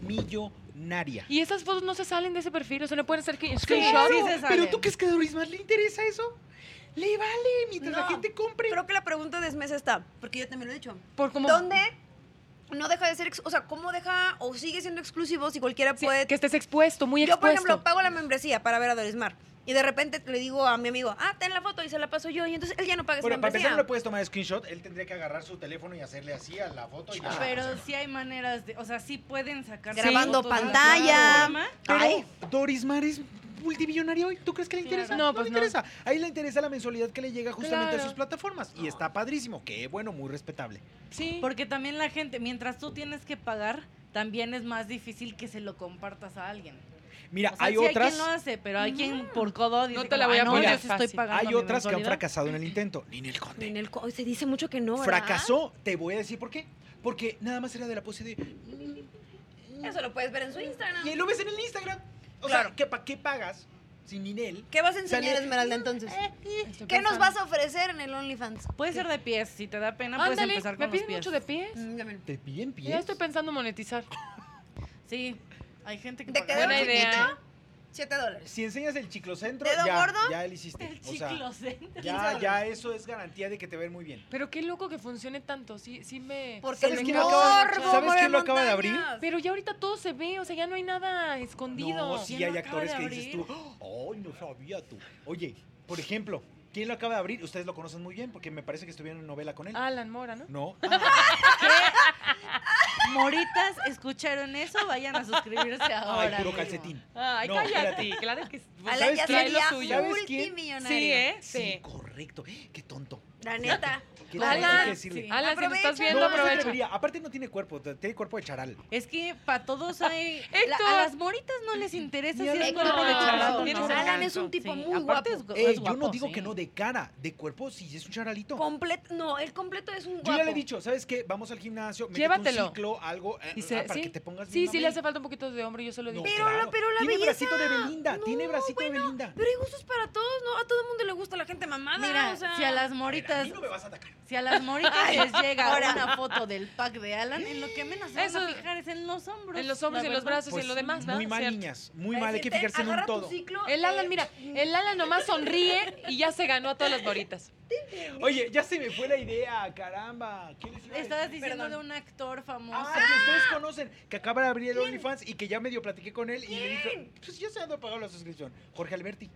B: Multimillonaria.
C: Y esas fotos no se salen de ese perfil, o sea, no pueden ser que-
B: Claro,
C: screenshot.
D: sí se salen.
B: pero tú crees que a Doris Mar le interesa eso? Le vale mientras
A: No.
B: la gente compre.
A: Creo que la pregunta de Esmes está, porque yo también lo he dicho.
C: Por como
A: ¿Dónde no deja de ser, ex- o sea, cómo deja o sigue siendo exclusivo si cualquiera
C: Sí,
A: puede
C: que estés expuesto, muy
A: Yo,
C: expuesto.
A: por ejemplo, pago la membresía para ver a Doris Mar. Y de repente le digo a mi amigo, ah, ten la foto y se la paso yo. Y entonces él ya no paga
B: Bueno,
A: esa
B: para empezar
A: membresía.
B: no le puedes tomar screenshot, él tendría que agarrar su teléfono y hacerle así a la foto y ya.
D: Pero sí hay maneras de, o sea, sí pueden sacar
A: Grabando
D: fotos de la
A: pantalla.
D: plataforma.
B: Pero
A: Ay.
B: Doris Mar es multimillonaria hoy, ¿tú crees que le
D: Claro.
B: interesa?
C: No, pues
B: le
C: no.
B: interesa. Ahí le interesa la mensualidad que le llega justamente
C: Claro.
B: a sus plataformas y está padrísimo, qué bueno, muy respetable.
C: Sí.
D: Porque también la gente, mientras tú tienes que pagar, también es más difícil que se lo compartas a alguien.
B: Mira,
D: O sea,
B: hay
D: sí
B: otras.
D: Hay quien lo hace, pero hay quien por codo dice.
C: Mm. No te la voy a
D: "Ay,
B: poner,
D: yo
B: es
D: sí estoy
C: fácil".
D: pagando.
B: Hay
D: mi
B: otras que han
D: mensualidad".
B: fracasado en el intento. Ninel Conde.
A: En el co- se dice mucho que no. ¿verdad?
B: Fracasó, te voy a decir por qué. Porque nada más era de la pose de.
A: Eso lo puedes ver en su Instagram.
B: Y ahí lo ves en el Instagram. O
E: Claro.
B: sea, ¿qué, pa- ¿qué pagas sin Ninel?
E: ¿Qué vas a enseñar,
B: Sale-
E: Esmeralda, entonces?
C: Estoy
E: eh, ¿Qué nos
C: pensando.
E: vas a ofrecer en el OnlyFans?
D: Puede ser de pies, si te da pena, puedes
C: Ándale,
D: empezar con
C: me
D: los
C: piden
D: pies.
C: mucho de pies.
E: Mm, ya ven.
B: Te piden pies.
C: Ya estoy pensando monetizar.
D: Sí, hay gente que
E: ¿Te
D: paga-
E: quedó
C: Buena
E: chiquito?
C: idea.
E: 7 dólares.
B: Si enseñas el chiclocentro,
E: ¿Dedo
B: ya,
E: gordo?
B: ya le hiciste.
D: El
B: O sea,
D: chiclo centro.
B: ya, ya eso es garantía de que te ven muy bien.
C: Pero qué loco que funcione tanto. Sí, sí me.
E: Porque
B: ¿Sabes
E: el
B: quién
C: lo
E: morbo
C: acaba-
B: ¿sabes
E: mueve
B: quién lo acaba de abrir?
E: montañas.
C: Pero ya ahorita todo se ve, o sea, ya no hay nada escondido.
B: No, sí
D: ¿Quién
B: hay
D: lo acaba
B: actores
D: de
B: que dices tú, ¡ay, no sabía tú! Oye, por ejemplo, ¿quién lo acaba de abrir? Ustedes lo conocen muy bien porque me parece que estuvieron en novela con él.
D: Ah,
C: Alan Mora, ¿no?
B: No.
D: Moritas, ¿escucharon eso? Vayan a suscribirse ahora.
B: Ay, puro
D: mismo.
B: calcetín.
C: Ay,
B: No,
C: cállate. Claro que
E: Alan
B: ¿Sabes
E: ya
B: quién?
E: sería
B: Lo suyo. ¿Sabes quién?
E: multimillonario.
C: sí, ¿eh?
B: Sí,
C: Sí.
B: correcto. ¡Qué tonto!
E: La neta.
B: ¿Qué
C: Alan,
B: tonto hay que decirle?
D: sí.
C: Alan, si lo estás
E: Aprovecha.
B: No,
C: viendo,
B: no se
C: aprovecha.
B: atrevería. Aparte no tiene cuerpo, t- tiene cuerpo de charal.
D: Es que para todos hay. la-
C: Héctor.
D: a las moritas no les interesa
B: Ni
D: si
B: a
D: es
B: los
D: cuerpo de
B: gordos.
D: charado o
C: Tienes
D: no.
C: Alan
A: es un tipo muy
D: aparte
A: guapo.
D: gu-
B: Eh,
D: es
B: yo no
D: guapo,
B: digo
D: sí.
B: que no de cara, de cuerpo sí es un charalito.
A: Complet- no, el completo es un guapo.
B: Yo ya le he dicho, ¿sabes qué? Vamos al gimnasio, métete
C: Llévatelo.
B: un ciclo, algo, eh,
C: Y se-
B: ah, para
C: sí.
B: que te pongas
C: Sí,
B: bien
C: sí,
B: mamey.
C: le hace falta un poquito de hombre, yo solo
B: No,
C: digo.
A: Pero la-
B: claro.
A: pero la
B: Tiene
A: belleza.
B: bracito de Belinda, tiene
A: No,
B: bracito de
A: bueno,
B: Belinda.
A: Pero hay gustos para todos, ¿no? A todo el mundo le gusta la gente
C: Ah,
A: mamada.
D: Mira,
A: o sea,
D: si a las
B: A ver, a
D: moritas,
B: mí no me vas a atacar.
D: si a las moritas les llega
E: ahora.
D: una foto del pack de Alan, en lo que menos se van a
C: Eso-
D: fijar es en los hombros.
C: En los hombros
D: pues, la
C: y en los
D: verdad.
C: brazos y en lo demás, ¿verdad?
B: Pues, Muy mal,
C: Cierto.
B: niñas, muy mal. Hay que fijarse en un
A: Pues Agarra tu
B: todo.
A: ciclo,
C: El Alan,
A: eh,
C: mira, el Alan nomás sonríe y ya se ganó a todas las moritas.
B: Oye, ya se me fue la idea, caramba. ¿Qué les iba a
D: Estabas
B: decir?
D: diciendo
A: Perdón.
D: de un actor famoso.
B: Ah, que ustedes conocen, que acaba de abrir el OnlyFans y que ya medio platiqué con él y le dije, pues ya se han pagado la suscripción. Jorge Alberti.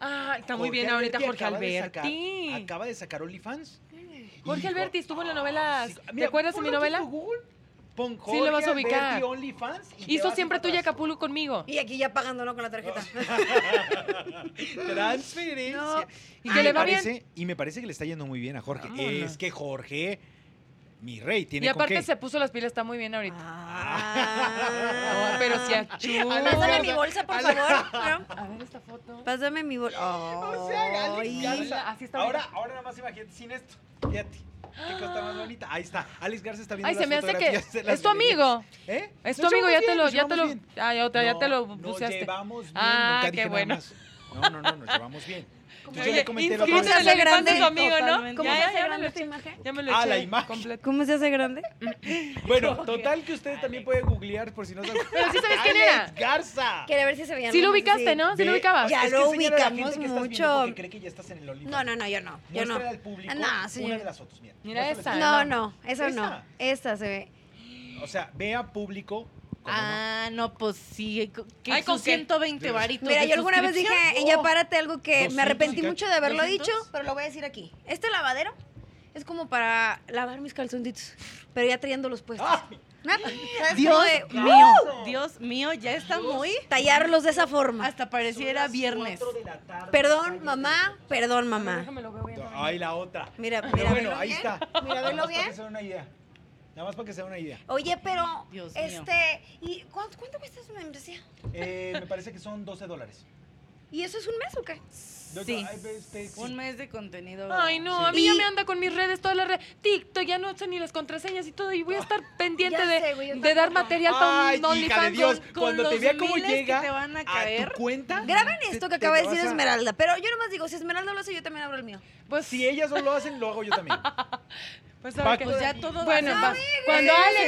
C: Ah, está muy
B: Jorge
C: bien ahorita
B: Alberti
C: Jorge
B: acaba de sacar-
C: Alberti.
B: Acaba de sacar OnlyFans.
C: Jorge
B: Hijo,
C: Alberti estuvo en la
B: ah,
C: novela-
B: sí.
C: ¿te
B: Mira,
C: acuerdas de mi
B: ponlo aquí
C: novela?
B: en Google, Pon Jorge
C: Sí, lo vas a ubicar.
B: Alberti OnlyFans. y te
C: Hizo
B: vas
C: siempre
B: para
C: tuya
B: atrás.
C: Acapulco conmigo.
E: Y aquí ya pagándolo con la tarjeta.
B: Transferencia.
E: No.
C: Y que
B: me
C: le va bien.
B: parece, Y me parece que le está yendo muy bien a Jorge.
C: Vámonos.
B: Es que Jorge, mi rey, tiene
C: Y
B: con qué.
C: aparte se puso las pilas, está muy bien ahorita.
E: Ah.
C: No, pero si achú.
B: A la-
E: Pásame mi bolsa, por favor.
C: A ver esta foto.
E: Pásame mi bolsa.
B: O sea, Alex
E: Ay.
B: Garza.
C: Así está
B: ahora, ahora nada más imagínate sin esto. Fíjate. Qué cosa más bonita. Ahí está. Alex Garza está viendo
C: Ay,
B: las
C: se me hace que
B: fotografías de las
C: es tu
B: galerías.
C: amigo.
B: ¿Eh?
C: Es tu
B: Nos
C: amigo,
B: llevamos
C: ya te
B: bien,
C: lo
B: nos
C: ya te
B: llevamos
C: lo
B: bien.
C: Ay, otra, ya
B: No,
C: te lo
B: Nos
C: buceaste.
B: llevamos bien.
C: Ah,
B: nunca
C: qué
B: dije nada
C: bueno.
B: más. No, no, no, nos llevamos bien. Yo
C: Oye,
B: le comenté la
C: ¿Cómo
E: ¿Cómo
C: se
E: se
B: otra vez.
E: hace grande?
C: grande conmigo, no?
D: Totalmente.
C: ¿Cómo
A: ¿Cómo se
C: se
A: hace
C: hace
A: grande
C: grande?
A: esta imagen?
C: Ya me lo
B: Ah,
C: eché
B: la imagen.
C: completo.
E: ¿Cómo se hace grande?
B: Bueno, total que ustedes también pueden googlear por si no saben.
C: Pero sí sabes quién
B: Alex
C: era.
B: Garza.
A: Quería ver si se veían.
C: Sí lo
A: más
C: ubicaste,
A: así.
C: ¿no? Sí lo
B: Ve-
C: ubicabas.
B: Es
E: Ya
B: que
E: lo
B: enséñale a la gente
E: ubicamos
B: que estás viendo
E: mucho.
B: porque cree que ya estás en el OnlyFans.
E: No, no, no, yo no. Yo no.
B: Muéstrale al público
E: Ah, no,
B: una
E: señor.
B: de las fotos. Mira,
C: Mira
B: Muéstrale.
C: esa.
E: No, no, eso
B: ¿Esa?
E: no. Esta se ve.
B: O sea, vea público. cómo no.
D: Ah, no, pues sí. Que
C: Ay,
D: Ay,
C: ¿con
D: con
C: qué?
D: 120 varitos.
E: Mira,
D: de
E: yo alguna vez dije,
D: suscripción.
E: en
C: Oh.
E: ya párate algo que me
B: 200
E: arrepentí
B: y ca-
E: mucho de haberlo
D: 200.
E: dicho, pero lo voy a decir aquí. Este lavadero es como para lavar mis calzoncitos, pero ya trayéndolos puestos.
B: ¡Ay!
E: Nada. ¿Sabes?
D: Dios
E: Como de-
D: mío, Dios mío, ya está muy.
E: tallarlos de esa forma.
D: Hasta pareciera viernes.
B: Cuatro de la tarde.
E: Perdón, mamá, perdón, mamá.
C: Déjame lo veo bien.
B: Ay, la otra.
E: Mira,
B: Pero
E: mira, ¿eh?
B: bueno,
E: velo
B: ahí
E: bien.
B: está.
E: Mira,
B: Nada
E: velo
B: más para que
E: bien.
B: se den una idea. Nada más para que se den una idea.
E: Oye, pero,
D: Dios mío.
E: este, ¿y cuánto, cuánto cuesta su membresía?
B: Eh, me parece que son 12 dólares.
E: ¿Y eso es un mes o qué?
B: Yo-
D: Sí.
B: ay, ve, este, sí.
D: Un mes de contenido.
C: Ay, no, a
B: Sí.
C: mí ya
E: Y-
C: me anda con mis redes, todas las redes. TikTok, ya no sé ni las contraseñas y todo. Y voy a estar pendiente
E: Ya
C: de,
E: sé, güey, yo
C: de dar material para
B: Ay,
C: un
B: hija de
C: OnlyFans.
B: Dios,
D: con
B: cuando te
D: los
B: vea cómo
D: miles que
B: llega
D: te van a
B: tu
D: caer.
B: cuenta.
E: Graben
B: se-
E: esto que
B: te-
E: acaba
B: te
E: de decir
B: vas a-
E: Esmeralda, pero yo nomás digo, si Esmeralda lo hace, yo también abro el mío.
C: Pues
B: Si ellas no lo hacen, lo hago yo también.
C: Pues,
B: Paco.
D: Pues ya todo.
C: Bueno,
D: hacemos-
C: va. cuando
D: hacemos
C: Alex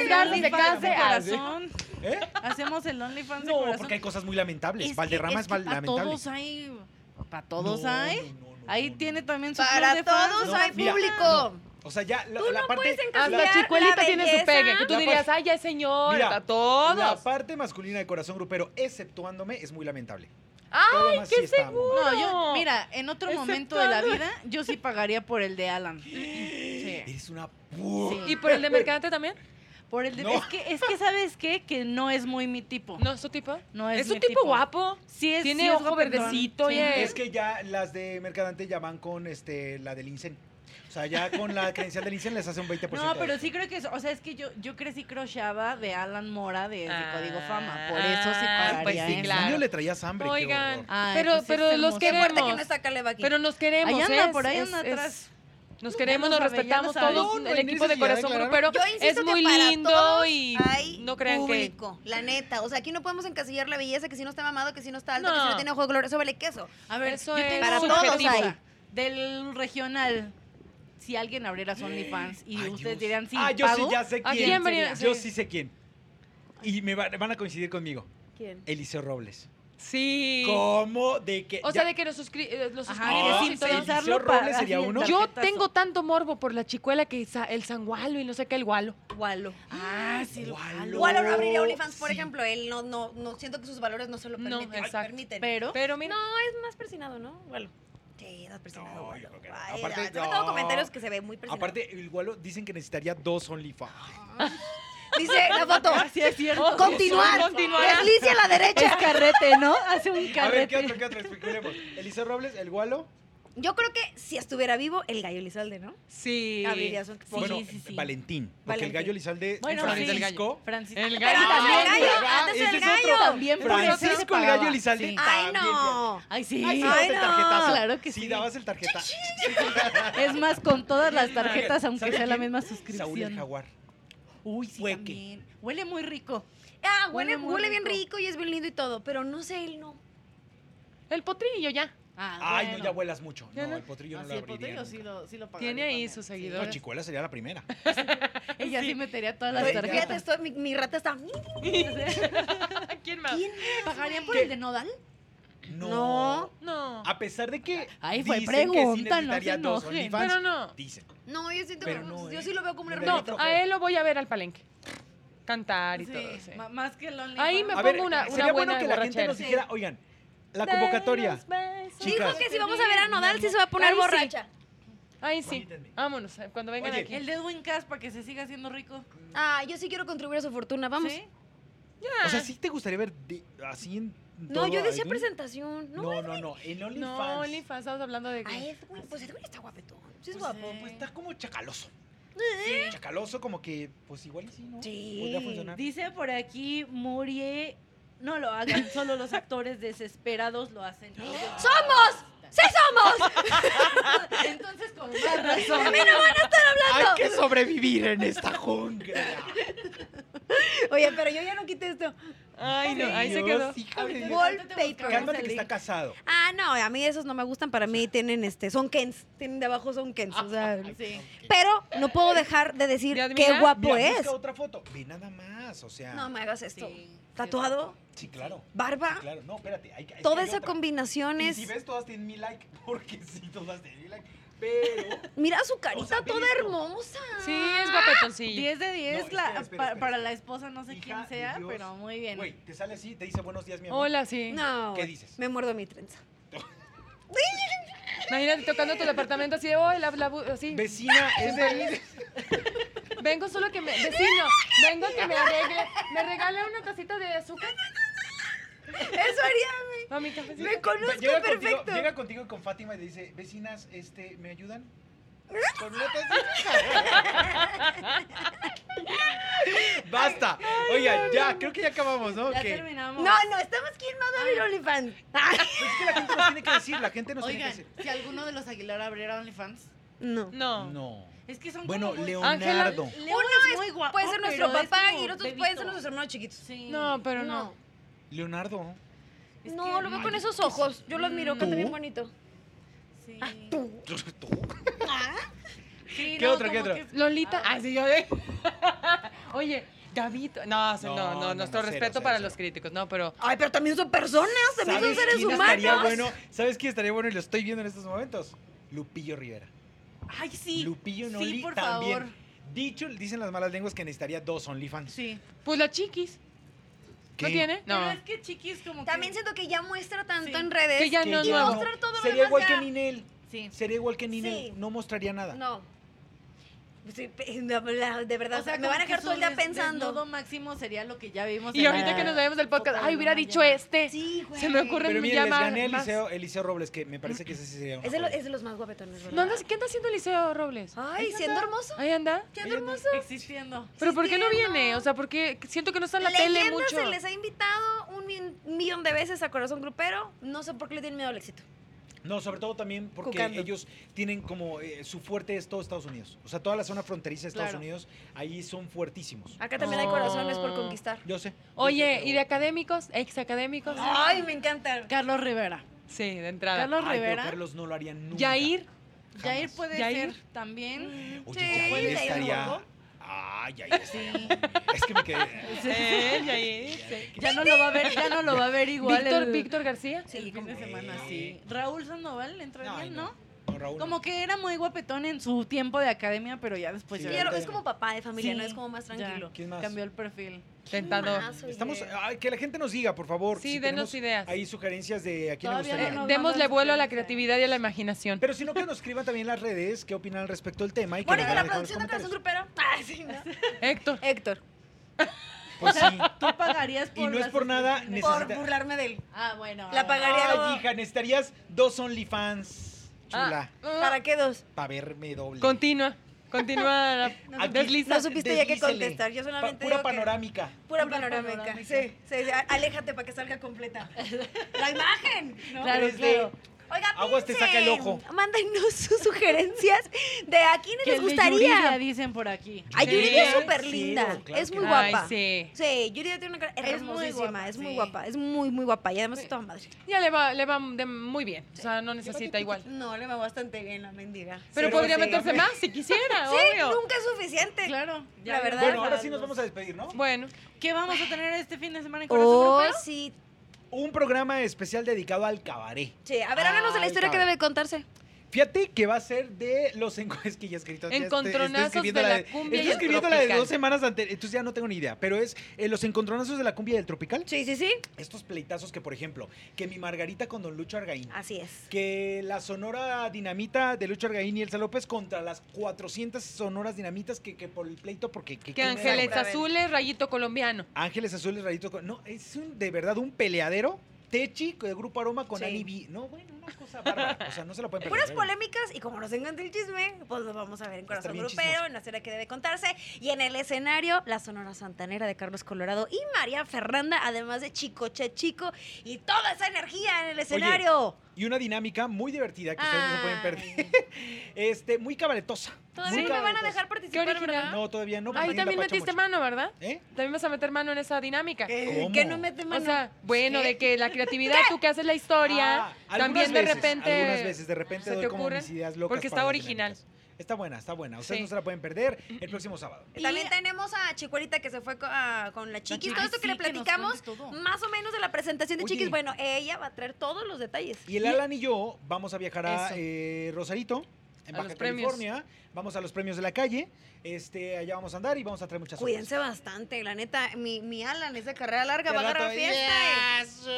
C: Garza
D: el
C: se
D: OnlyFans
C: case,
D: de
C: así.
D: corazón.
B: ¿Eh?
D: Hacemos el OnlyFans de
B: No,
D: corazón.
B: porque hay cosas muy lamentables.
D: que-
B: Valderrama es,
D: que
B: mal-
D: Para
B: lamentable.
D: todos hay. Para todos
B: No,
D: hay.
B: no, no, no,
D: Ahí
B: no,
D: tiene
B: no.
D: también su club
E: Para
D: de fans.
E: todos
B: No,
E: hay
B: mira,
E: público.
B: O sea, ya la,
A: Tú
B: la
A: no
B: parte.
A: puedes
B: la-
C: Hasta
A: Cambiar
C: Chicuelita
A: la
C: tiene su
A: belleza.
C: pegue. Que tú
B: La
C: dirías,
B: pa-
C: ay, ya señor,
B: pues, Mira,
C: a todos.
B: La parte masculina de corazón grupero, exceptuándome, es muy lamentable.
C: Ay,
B: Todo demás
C: qué
B: sí está
C: seguro.
D: No, yo, mira, en otro
C: Excepto
D: momento de la vida, yo sí pagaría por el de Alan. Sí.
B: Eres una pu-
D: Sí.
C: ¿Y por el de Mercadante también?
D: Por el de,
B: No.
D: es, que, es que, ¿sabes qué? Que no es muy mi tipo.
C: No, es su tipo.
D: No es
C: un
D: mi
C: tipo,
D: tipo.
C: guapo.
D: Sí es,
C: Tiene
D: sí es
C: ojo
D: guapetón.
C: verdecito,
D: Sí.
C: oye.
B: Es que ya las de Mercadante ya van con este la del Incen. O sea, ya con la credencial del INSEN les hace un 20%.
D: No, pero
B: de-
D: sí creo que es, o sea, es que yo, yo crecí crochaba de Alan Mora de, de
C: Ah,
D: Código Fama, por eso se
C: ah,
D: pararía
C: pues sí,
B: En
D: en-
C: claro.
B: junio le traías hambre. qué
C: Oigan,
B: horror.
D: Ay,
C: pero,
D: pues es
C: pero los
D: hermoso.
A: Qué fuerte que
C: queremos.
A: no está Caleb aquí.
C: Pero nos queremos.
D: Ahí anda,
C: es-
D: por ahí
C: es-
D: anda
C: es-
D: atrás.
C: Nos
D: No,
C: queremos,
D: ya
C: nos
D: lo sabe, ya lo
C: respetamos
D: sabe.
C: todos.
B: No, no,
C: el
B: ni
C: equipo de
B: siquiera
C: Corazón
B: declararon.
C: Grupero
A: Yo insisto
C: es
A: que
C: muy
A: para
C: lindo
A: todos
C: y
A: hay
C: no crean que.
A: público, la neta. O sea, aquí no podemos encasillar la belleza, que si no está mamado, que si no está alto, que
C: No.
A: si no tiene ojo de color, eso vale queso.
D: A ver,
C: Eso
D: yo
C: es
D: tengo
A: para
D: una
A: todos
D: pregunta.
A: ahí.
D: Del regional, si alguien abriera su OnlyFans y
B: Ay,
D: ustedes
B: Dios.
D: dirían sí,
B: Ah, yo sí
D: pago,
B: ya sé
C: ¿A
B: quién.
C: quién venía?
B: Yo
C: Sí.
B: sí sé quién. Y me va- van a coincidir conmigo.
E: ¿Quién?
B: Eliseo Robles.
C: Sí.
B: ¿Cómo? ¿De que
C: O sea,
B: ya-
C: de que los, suscri- eh, los
D: Ajá,
C: suscribes
B: Ah,
D: que
C: y
D: sin
C: todo.
B: feliz.
D: pensarlo
B: Robles
D: para-
B: sería
D: así, el
B: uno.
C: Yo
D: tarjetazo.
C: tengo tanto morbo por la chicuela que sa- el sangualo y no sé qué, el gualo.
A: Gualo.
D: Ah, sí, lo-
B: Gualo.
A: Gualo no abriría OnlyFans, por
B: Sí.
A: ejemplo. Él no, no, no siento que sus valores no se lo
C: No,
A: permiten.
C: exacto.
A: Ay, permiten.
D: Pero,
C: Pero mira,
E: No, es más presionado, ¿no? Bueno.
A: Sí, no, presionado,
B: No,
A: Gualo.
B: yo creo que no.
A: Ay,
B: Aparte,
A: ya, yo me tengo
B: no.
A: comentarios que se ve muy presionado.
B: Aparte, el Gualo dicen que necesitaría dos OnlyFans.
A: Dice la foto.
D: así es cierto.
C: Oh,
A: Continuar.
C: Continuará.
A: Deslice a la derecha.
D: carrete, ¿no? Hace un
B: A ver, ¿qué otro, qué otro? Especulemos. Eliseo Robles, el Gualo.
A: Yo creo que si estuviera vivo, el gallo Lizalde, ¿no?
C: sí.
A: Abriría su
D: Sí,
B: bueno,
D: sí, sí.
B: Valentín. Porque el
A: Valentín.
B: gallo Elizalde
D: Bueno,
C: Francisco
D: sí.
C: el gallo.
D: Francisco.
C: El
A: Pero
C: gallo
A: antes
C: también.
A: del gallo,
B: ¿verdad?
A: antes del
B: Ese es otro
A: gallo.
D: También Francisco.
B: Francisco el gallo Elizalde.
D: Sí.
A: Ay,
B: también,
A: no.
D: Ay, sí.
B: Ay,
A: Ay,
B: sí, dabas el
A: no.
B: tarjetazo.
D: Claro que sí.
B: dabas el tarjetazo.
D: Es más, con todas las tarjetas, aunque
B: ¿Sabe
D: sea la
B: quién?
D: misma
B: Saúl el
D: suscripción.
B: Jaguar.
D: Uy, sí,
B: Hueque.
D: también. Huele muy rico.
A: Ah, huele,
D: Huele muy
A: huele bien
D: rico.
A: rico y es bien lindo y todo, pero no sé, él no.
C: El potrillo ya.
D: Ah,
B: Ay,
D: bueno.
B: no, ya vuelas mucho.
C: Ya
B: No,
C: no.
B: el potrillo no
D: Ah,
B: lo
D: sí, el
B: abriría
D: potrillo
B: nunca.
D: sí lo, sí lo pagaría
C: Tiene ahí
D: también.
C: sus
D: Sí.
C: seguidores.
B: No, Chicuela sería la primera.
D: Ella sí metería todas las
A: Oye,
B: tarjetas.
A: Fíjate,
D: tarjetas.
A: estoy, mi, mi rata está.
C: ¿Quién más?
A: ¿Quién?
D: ¿Pagarían por el de Nodal?
B: No.
C: No.
B: A pesar de que.
D: Ay, fue
B: dicen que sí
D: pregunta, no
B: necesitaría
D: se
B: dos
D: enoje.
B: OnlyFans,
C: Pero no.
B: Dicen.
A: No, yo siento
B: Pero
A: que
B: no,
A: yo
B: ¿eh?
A: sí lo veo como un
B: No,
A: hermano.
C: No, a él lo voy a ver al palenque. Cantar y
D: Sí,
C: todo. sí.
D: ma- más que el OnlyFans.
C: Ahí me
B: A
C: pongo
B: ver,
C: una,
B: sería
C: una
B: bueno que
C: buena
B: la gente
C: borrachera.
B: nos dijera, oigan, la convocatoria.
A: Dijo
B: Chicas.
A: que si vamos a ver a Nodal, sí se va a poner
C: Ay, sí.
A: borracha.
C: Ay, sí.
B: Permítanme.
C: Vámonos, eh, cuando vengan
B: Oye,
C: aquí.
D: El de Edwin Cass para que se siga haciendo rico.
A: Ah, yo sí quiero contribuir a su fortuna, vamos.
D: ¿Sí?
B: O sea, ¿sí te gustaría ver de- así en
A: No,
B: todo
A: yo
B: a
A: decía
B: alguien?
A: presentación. No,
B: No, no, no, en OnlyFans.
C: No, OnlyFans, estamos hablando de...
A: a
C: que-
A: él, güey, pues Edwin está guapetón. Sí es
D: Pues
A: guapo.
D: sí.
B: Pues está como chacaloso. Chacaloso como que, pues igual y sí, ¿no?
A: Sí.
B: Podría funcionar.
D: Dice por aquí, Murie, no lo hagan, solo los actores desesperados lo hacen.
A: ¡Somos! ¡Sí somos!
D: Entonces, con más razón.
A: ¡A mí no van a estar
B: Hay
A: hablando!
B: que sobrevivir en esta jungla.
A: Oye, pero yo ya no quité esto.
C: Ay, no, ahí se
B: Dios,
C: quedó.
B: hija de Dios.
A: Wallpaper.
B: Cálmate que está casado.
A: Ah, no, a mí esos no me gustan. Para mí tienen este, son Kens. Tienen de abajo son Kens. O sea,
D: Sí.
A: pero no puedo dejar de decir
C: ¿De admirar?
A: qué guapo
B: Mira,
A: es.
B: busca otra foto. Ve nada más, o sea.
A: Ah, pues. No Ah. me hagas esto.
D: Sí,
A: Tatuado,
B: sí, claro.
A: barba,
B: sí, claro. No, espérate. Hay, que- es que
A: toda
B: hay
A: esa
B: otra.
A: combinación
B: Y
A: es.
B: si ves, todas tienen mi like. Porque sí, todas tienen mi like. Pero.
A: Mira su
B: O sea,
A: carita
B: ve
A: toda
B: esto.
A: hermosa.
C: Sí, es guapetoncillo.
D: 10 de 10
B: No, espera,
D: la-
B: espera,
D: pa-
B: espera,
D: para
B: espera.
D: la esposa, no sé
B: Hija
D: quién
B: de
D: sea,
B: Dios.
D: pero muy bien.
B: Güey, te sale así, te dice buenos días, mi amor.
C: Hola, sí.
A: No.
B: ¿Qué
A: güey,
B: dices?
A: Me muerdo mi trenza.
C: Imagínate tocando tu departamento así de, oh, la, la bu- así.
B: Vecina, es de.
C: Vengo solo que me, vecino, vengo que me arregle, me regala una tacita de azúcar.
A: Eso haría,
C: Mamita,
A: güey. Me conozco
B: Llega contigo,
A: perfecto.
B: llega contigo con Fátima y te dice, vecinas, este, ¿me ayudan? Con una taza. Basta. Oigan, ya, creo que ya acabamos, ¿no?
D: Ya
B: Que-
D: terminamos.
A: No, no, estamos quién más va a ver OnlyFans.
B: Pues es que la gente nos tiene que decir, la gente nos
D: Oigan,
B: tiene que
D: si alguno de los Aguilar abriera OnlyFans,
A: No.
B: decir.
C: No.
B: No.
D: es que son
B: Bueno,
D: como muy-
B: Leonardo.
D: Leo
A: Uno
D: es, muy guapo,
A: Puede ser nuestro
D: pero es
A: papá
D: como
A: y nosotros
D: bebito.
A: pueden ser nuestros hermanos chiquitos.
D: Sí.
C: No, pero no.
B: Leonardo.
D: Es
A: no,
D: que-
A: lo veo con esos ojos. Yo lo admiro,
B: ¿Tú?
A: canta bien bonito.
D: Sí.
A: Ah, Tú.
B: ¿Tú?
D: Sí,
B: ¿Qué
D: no,
B: otro, qué
D: como
B: otro?
D: que-
C: Lolita, ah, sí, yo de... Oye, David, no, no, no,
B: no,
C: nuestro
B: no, cero,
C: respeto
B: cero,
C: para
B: cero.
C: los críticos, no, pero...
A: Ay, pero también son personas, también son
B: ¿Sabes
A: seres
B: quién estaría
A: humanos.
B: bueno? ¿Sabes quién estaría bueno y lo estoy viendo en estos momentos? Lupillo Rivera.
D: Ay, sí.
B: Lupillo
D: sí,
B: Noli
D: por
B: también.
D: favor.
B: Dicho, dicen las malas lenguas que necesitaría dos OnlyFans.
D: Sí.
C: Pues la chiquis, ¿no
B: ¿Qué?
C: tiene? No.
D: Pero es que chiquis como
A: También
D: que...
A: siento que ya muestra tanto
D: Sí.
A: en redes.
C: Que ya
B: Que
C: no,
B: ya
C: no.
A: Mostrar todo lo
B: Sería
A: demás
B: igual
A: ya.
B: que Ninel.
D: Sí.
B: Sería igual que Ninel.
A: Sí.
B: No mostraría nada.
A: No. Sí, pe- la- la- de verdad,
D: O sea,
A: me van a
D: como que
A: dejar todo el día
D: su des- desnudo
A: pensando.
D: máximo sería lo que ya vimos.
C: Y
D: en
C: ahorita
D: la-
C: que nos vemos del podcast,
D: Copa
C: ay, hubiera
D: Luna,
C: dicho
D: ya.
C: este.
A: Sí, güey.
C: Se me ocurre
B: Pero miren,
C: ya
B: les
C: más-
B: gané el
C: más.
B: Liceo, el Liceo Robles, que me parece que ese sí sería una
A: Es de, lo-
B: joya.
A: es de los más guapetones, ¿verdad?
C: ¿No andas- ¿Qué anda haciendo Eliseo Robles?
A: Ay, siendo hermoso.
C: Ahí anda.
A: Siendo hermoso.
D: Existiendo.
C: ¿Pero por qué no
A: Existiendo.
C: viene? O sea, porque siento que no está en la tele
A: Leyendas
C: mucho.
A: se les ha invitado un mi- millón de veces a Corazón Grupero. No sé por qué le tienen miedo al éxito.
B: No, sobre todo también porque
A: Cucando.
B: ellos tienen como eh, su fuerte es todo Estados Unidos. O sea, toda la zona fronteriza de Estados
D: Claro.
B: Unidos, ahí son fuertísimos. Ah,
A: Acá también hay
C: No.
A: corazones por conquistar.
B: Yo sé. yo sé,
C: Oye,
B: pero-
C: ¿y de académicos? ¿Ex académicos?
A: Ay, me encanta.
D: Carlos Rivera.
C: Sí, de entrada.
D: Carlos
B: Ay, pero
D: Rivera.
B: Carlos no lo haría nunca.
C: Jair.
D: Jair puede
C: Yair.
D: ser también.
B: Oye,
A: Sí,
B: Jair
A: Yair
B: estaría.
A: Gordo.
B: Ay, Jair estaría. Es que me quedé.
C: Eh, Jair.
D: Ya no lo va a ver, ya no lo va a ver igual.
C: Víctor,
D: el-
C: Víctor García.
D: Sí, el fin de
B: ¿cómo?
D: semana,
B: Eh.
D: sí. Raúl Sandoval le entró
B: Ay,
D: bien, ¿no?
B: No, Raúl.
D: Como que era muy guapetón en su tiempo de academia, pero ya después
B: Sí,
D: ya
A: Sí, ya-
B: ahorita
A: es como papá de familia,
D: Sí,
A: ¿no? Es como más
D: ya.
A: tranquilo.
B: ¿Quién más?
D: cambió el perfil.
C: Tentador.
A: Más, oye.
B: Estamos, ay, que la gente nos diga, por favor.
C: Sí,
B: si
C: denos
B: tenemos
C: ideas.
B: Ahí sugerencias de a quién
D: Todavía
B: le
C: Eh,
B: gustaría.
D: no.
C: démosle vuelo a la creatividad y a la imaginación.
B: Pero si no, que nos escriban también en las redes qué opinan al respecto del tema. Y que
A: Bueno, y
B: nos
A: de la
B: digan en los
A: producción de Corazón
B: comentarios.
A: Grupero. Ah, sí, ¿no?
C: Héctor.
A: Héctor,
B: Pues sí.
D: Tú pagarías por
B: Y no es
D: las
B: por nada,
D: suscripciones?
B: necesita-
A: por burlarme de él.
D: Ah, bueno.
A: La
D: ah,
A: pagaría.
B: Ay, hija, necesitarías dos OnlyFans. Chula.
C: Ah, ah,
A: ¿Para qué dos?
B: Para verme doble.
C: Continúa. Continúa. la-
B: Aquí-
C: desliza.
A: No supiste ya qué
B: Deslícele.
A: contestar. Yo
B: Pa-
A: solamente digo
B: pura
A: que-
B: panorámica.
A: Pura
D: Pura
A: panorámica.
D: panorámica.
A: Sí, sí, sí, a- aléjate para que salga completa. La imagen. ¿no?
D: Claro,
B: Tres D.
D: claro.
A: Oiga,
B: Aguas te
A: piensen.
B: saca el ojo.
A: Mándenos sus sugerencias de a quiénes
D: Ah, Que
A: les
D: el de Yuridia,
A: gustaría.
D: dicen por aquí.
A: Ay,
C: Sí,
A: Yuridia es súper
B: sí,
A: linda.
B: no, claro
A: es
B: que
A: muy
B: no.
C: Ay,
A: guapa.
C: sí.
A: Sí, Yuridia tiene una cara
D: Es muy
A: hermosísima,
D: guapa,
A: es muy
D: sí.
A: guapa, es muy, muy guapa y además es toda madre.
C: Ya le va, le va de muy bien. O sea, no necesita igual.
A: No, le va bastante bien la mendiga.
C: Pero
B: Sí,
C: podría
B: sí.
C: meterse más si quisiera,
A: Sí,
C: obvio.
A: nunca es suficiente.
D: Claro.
A: La
D: ya
A: verdad.
B: Bueno,
D: vamos
B: ahora
D: a
B: sí nos
D: los-
B: vamos a despedir, ¿no?
C: Bueno,
D: ¿Qué vamos a tener este fin de semana en Corazón
A: Oh,
D: Grupero?
A: sí.
B: Un programa especial dedicado al cabaret.
A: Sí, a ver, háblanos de la
B: Ay,
A: historia que
B: cabrón.
A: debe contarse.
B: Fíjate que va a ser de los encuentros que ya escrito. ya estoy- estoy
C: Encontronazos
B: escribiendo
C: de la
B: de-
C: cumbia y
B: Estoy
C: el
B: escribiendo la de
C: tropical.
B: dos semanas antes, entonces ya no tengo ni idea. Pero es eh, los encontronazos de la cumbia y del tropical.
A: Sí, sí, sí.
B: Estos pleitazos que, por ejemplo, que mi Margarita con Don Lucho Argaín.
A: Así es.
B: Que la sonora dinamita de Lucho Argaín y Elsa López contra las 400 sonoras dinamitas que, que por el pleito, porque... Que,
C: que
B: ¿quién era?
C: Ángeles
A: otra vez.
C: Azules, Rayito Colombiano.
B: Ángeles Azules, Rayito... Con- No, es un, de verdad un peleadero. Techi, de Grupo Aroma, con
A: Sí.
B: Ani B. No, bueno, una cosa bárbara. O sea, no se la pueden perder.
A: Puras
B: de verdad.
A: polémicas y como nos encanta el chisme, pues lo vamos a ver en
B: Va a
A: Corazón
B: estar bien
A: Grupero,
B: chismoso.
A: en la serie que debe contarse y en el escenario la Sonora Santanera de Carlos Colorado y María Fernanda, además de Chico Che Chico y toda esa energía en el escenario.
B: Y una dinámica muy divertida que ustedes no se pueden perder. Este, muy cabaretosa.
A: Todavía
B: muy
A: me van a
B: cabaretosa.
A: dejar participar,
C: Qué original.
A: ¿verdad?
B: No, todavía no. pero
C: Ahí
B: mañana
C: también
B: la pacho
C: metiste
B: mucho.
C: mano, ¿verdad?
B: ¿Eh?
C: También vas a meter mano en esa dinámica.
D: Eh,
A: Que-
B: ¿Cómo?
A: Eh, Que no mete
C: O
A: mano.
C: sea, bueno, de que la creatividad, tú que haces la historia,
B: Ah, algunas
C: también de
B: veces,
C: repente.
B: Algunas veces, de repente
C: ¿se te
B: doy como
C: ocurren?
B: mis ideas locas
C: Porque
B: para
C: está
B: las
C: original.
B: dinámicas. Está buena, está buena. Ustedes
C: Sí.
B: no se la pueden perder el próximo sábado.
A: Y También tenemos a Chicuerita que se fue co- a- con la Chiquis.
D: Chiquis,
A: Todo esto que
D: sí,
A: le
D: que nos
A: platicamos,
D: cuente todo.
A: más o menos de la presentación de
B: Oye.
A: Chiquis. Bueno, ella va a traer todos los detalles.
B: Y el Alan y yo vamos a viajar a
C: Eso.
B: eh, Rosarito. En
C: A
B: Baja
C: los premios.
B: California, vamos a los premios de la calle, este, allá vamos a andar y vamos a traer muchas sorpresas.
A: Cuídense bastante, la neta. Mi, mi Alan es de carrera larga,
B: Al
A: va a agarrar
B: rato,
A: fiesta.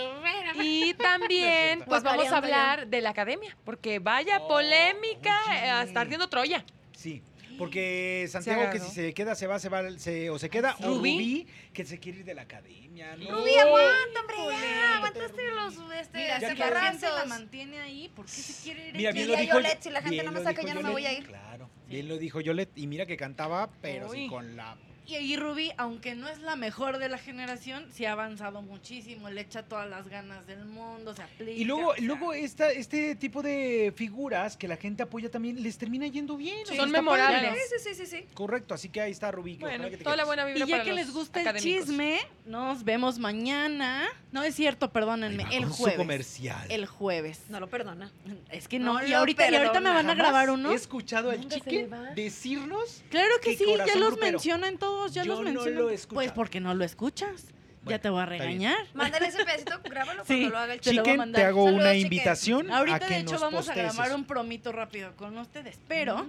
D: Ah.
C: Y también,
B: No es cierto.
C: pues vamos a
A: Guacareando ya.
C: hablar de la academia, porque vaya
B: Oh,
C: polémica,
B: oye.
C: eh, hasta ardiendo Troya.
B: Sí,
D: Mm,
B: porque Santiago que si
C: agarró.
B: se queda, se va, se va, se- o se queda, o
C: Rubí.
B: Rubí que se quiere ir de la academia. ¿no?
A: Rubí, aguanta, hombre, ya. Aguantaste los este,
D: Mira,
B: Ya
D: si
B: que-
D: la gente la
A: separrazos.
D: mantiene ahí, ¿por qué se quiere ir?
B: Mira,
D: ella?
B: bien
A: Y
B: lo
A: a
B: dijo
A: Yolette, si la gente
B: bien
A: no me
B: lo
A: saca,
B: dijo
A: ya no me voy
B: Yolette,
A: a ir.
B: Claro, bien lo dijo Yolette. Y mira que cantaba, pero sí
C: Uy.
B: con la...
D: Y, y Rubí, aunque no es la mejor de la generación, sí ha avanzado muchísimo, le echa todas las ganas del mundo, se aplica.
B: Y luego,
D: o sea,
B: luego esta, este tipo de figuras que la gente apoya también les termina yendo bien. o sea,
C: Son
B: está padre.
C: memorables.
A: Sí, sí, sí, sí, sí.
B: Correcto, así que ahí está Rubí. que
C: Bueno,
B: ojalá que te
C: toda la
B: quedes.
C: buena vibra
D: Y ya
C: para
D: que
C: los
D: les gusta el
C: académicos.
D: chisme, nos vemos mañana. No es cierto,
B: Ahí
D: perdónenme,
B: va
D: el
B: con su
D: jueves.
B: comercial.
D: El jueves.
A: No lo perdona.
D: Es que no,
A: No
D: y
A: lo
D: ahorita, y ahorita me
A: perdona,
D: van a
B: Jamás
D: grabar uno.
B: He escuchado al
C: Nunca se
B: chique
C: le va.
B: decirnos.
D: Claro que
B: ¿Qué
D: sí, ya
B: corazón
D: los
B: grupero?
D: mencionan todos, ya
B: Yo
D: los
B: no lo
D: mencionan.
B: he escuchado.
D: pues porque no lo escuchas. ya
B: Bueno,
D: te voy a
B: está bien.
D: regañar.
A: Mándale ese pedacito, grábalo
D: Sí.
A: cuando lo haga el
D: Te lo voy a
B: Chiquen, te
D: mandar.
B: hago
A: Saludos,
B: una
A: Chiquen.
B: invitación. a
D: Ahorita,
B: que
D: de hecho,
B: nos
D: vamos a
B: postees
D: grabar
B: eso. Mm.
D: un promito rápido con ustedes, pero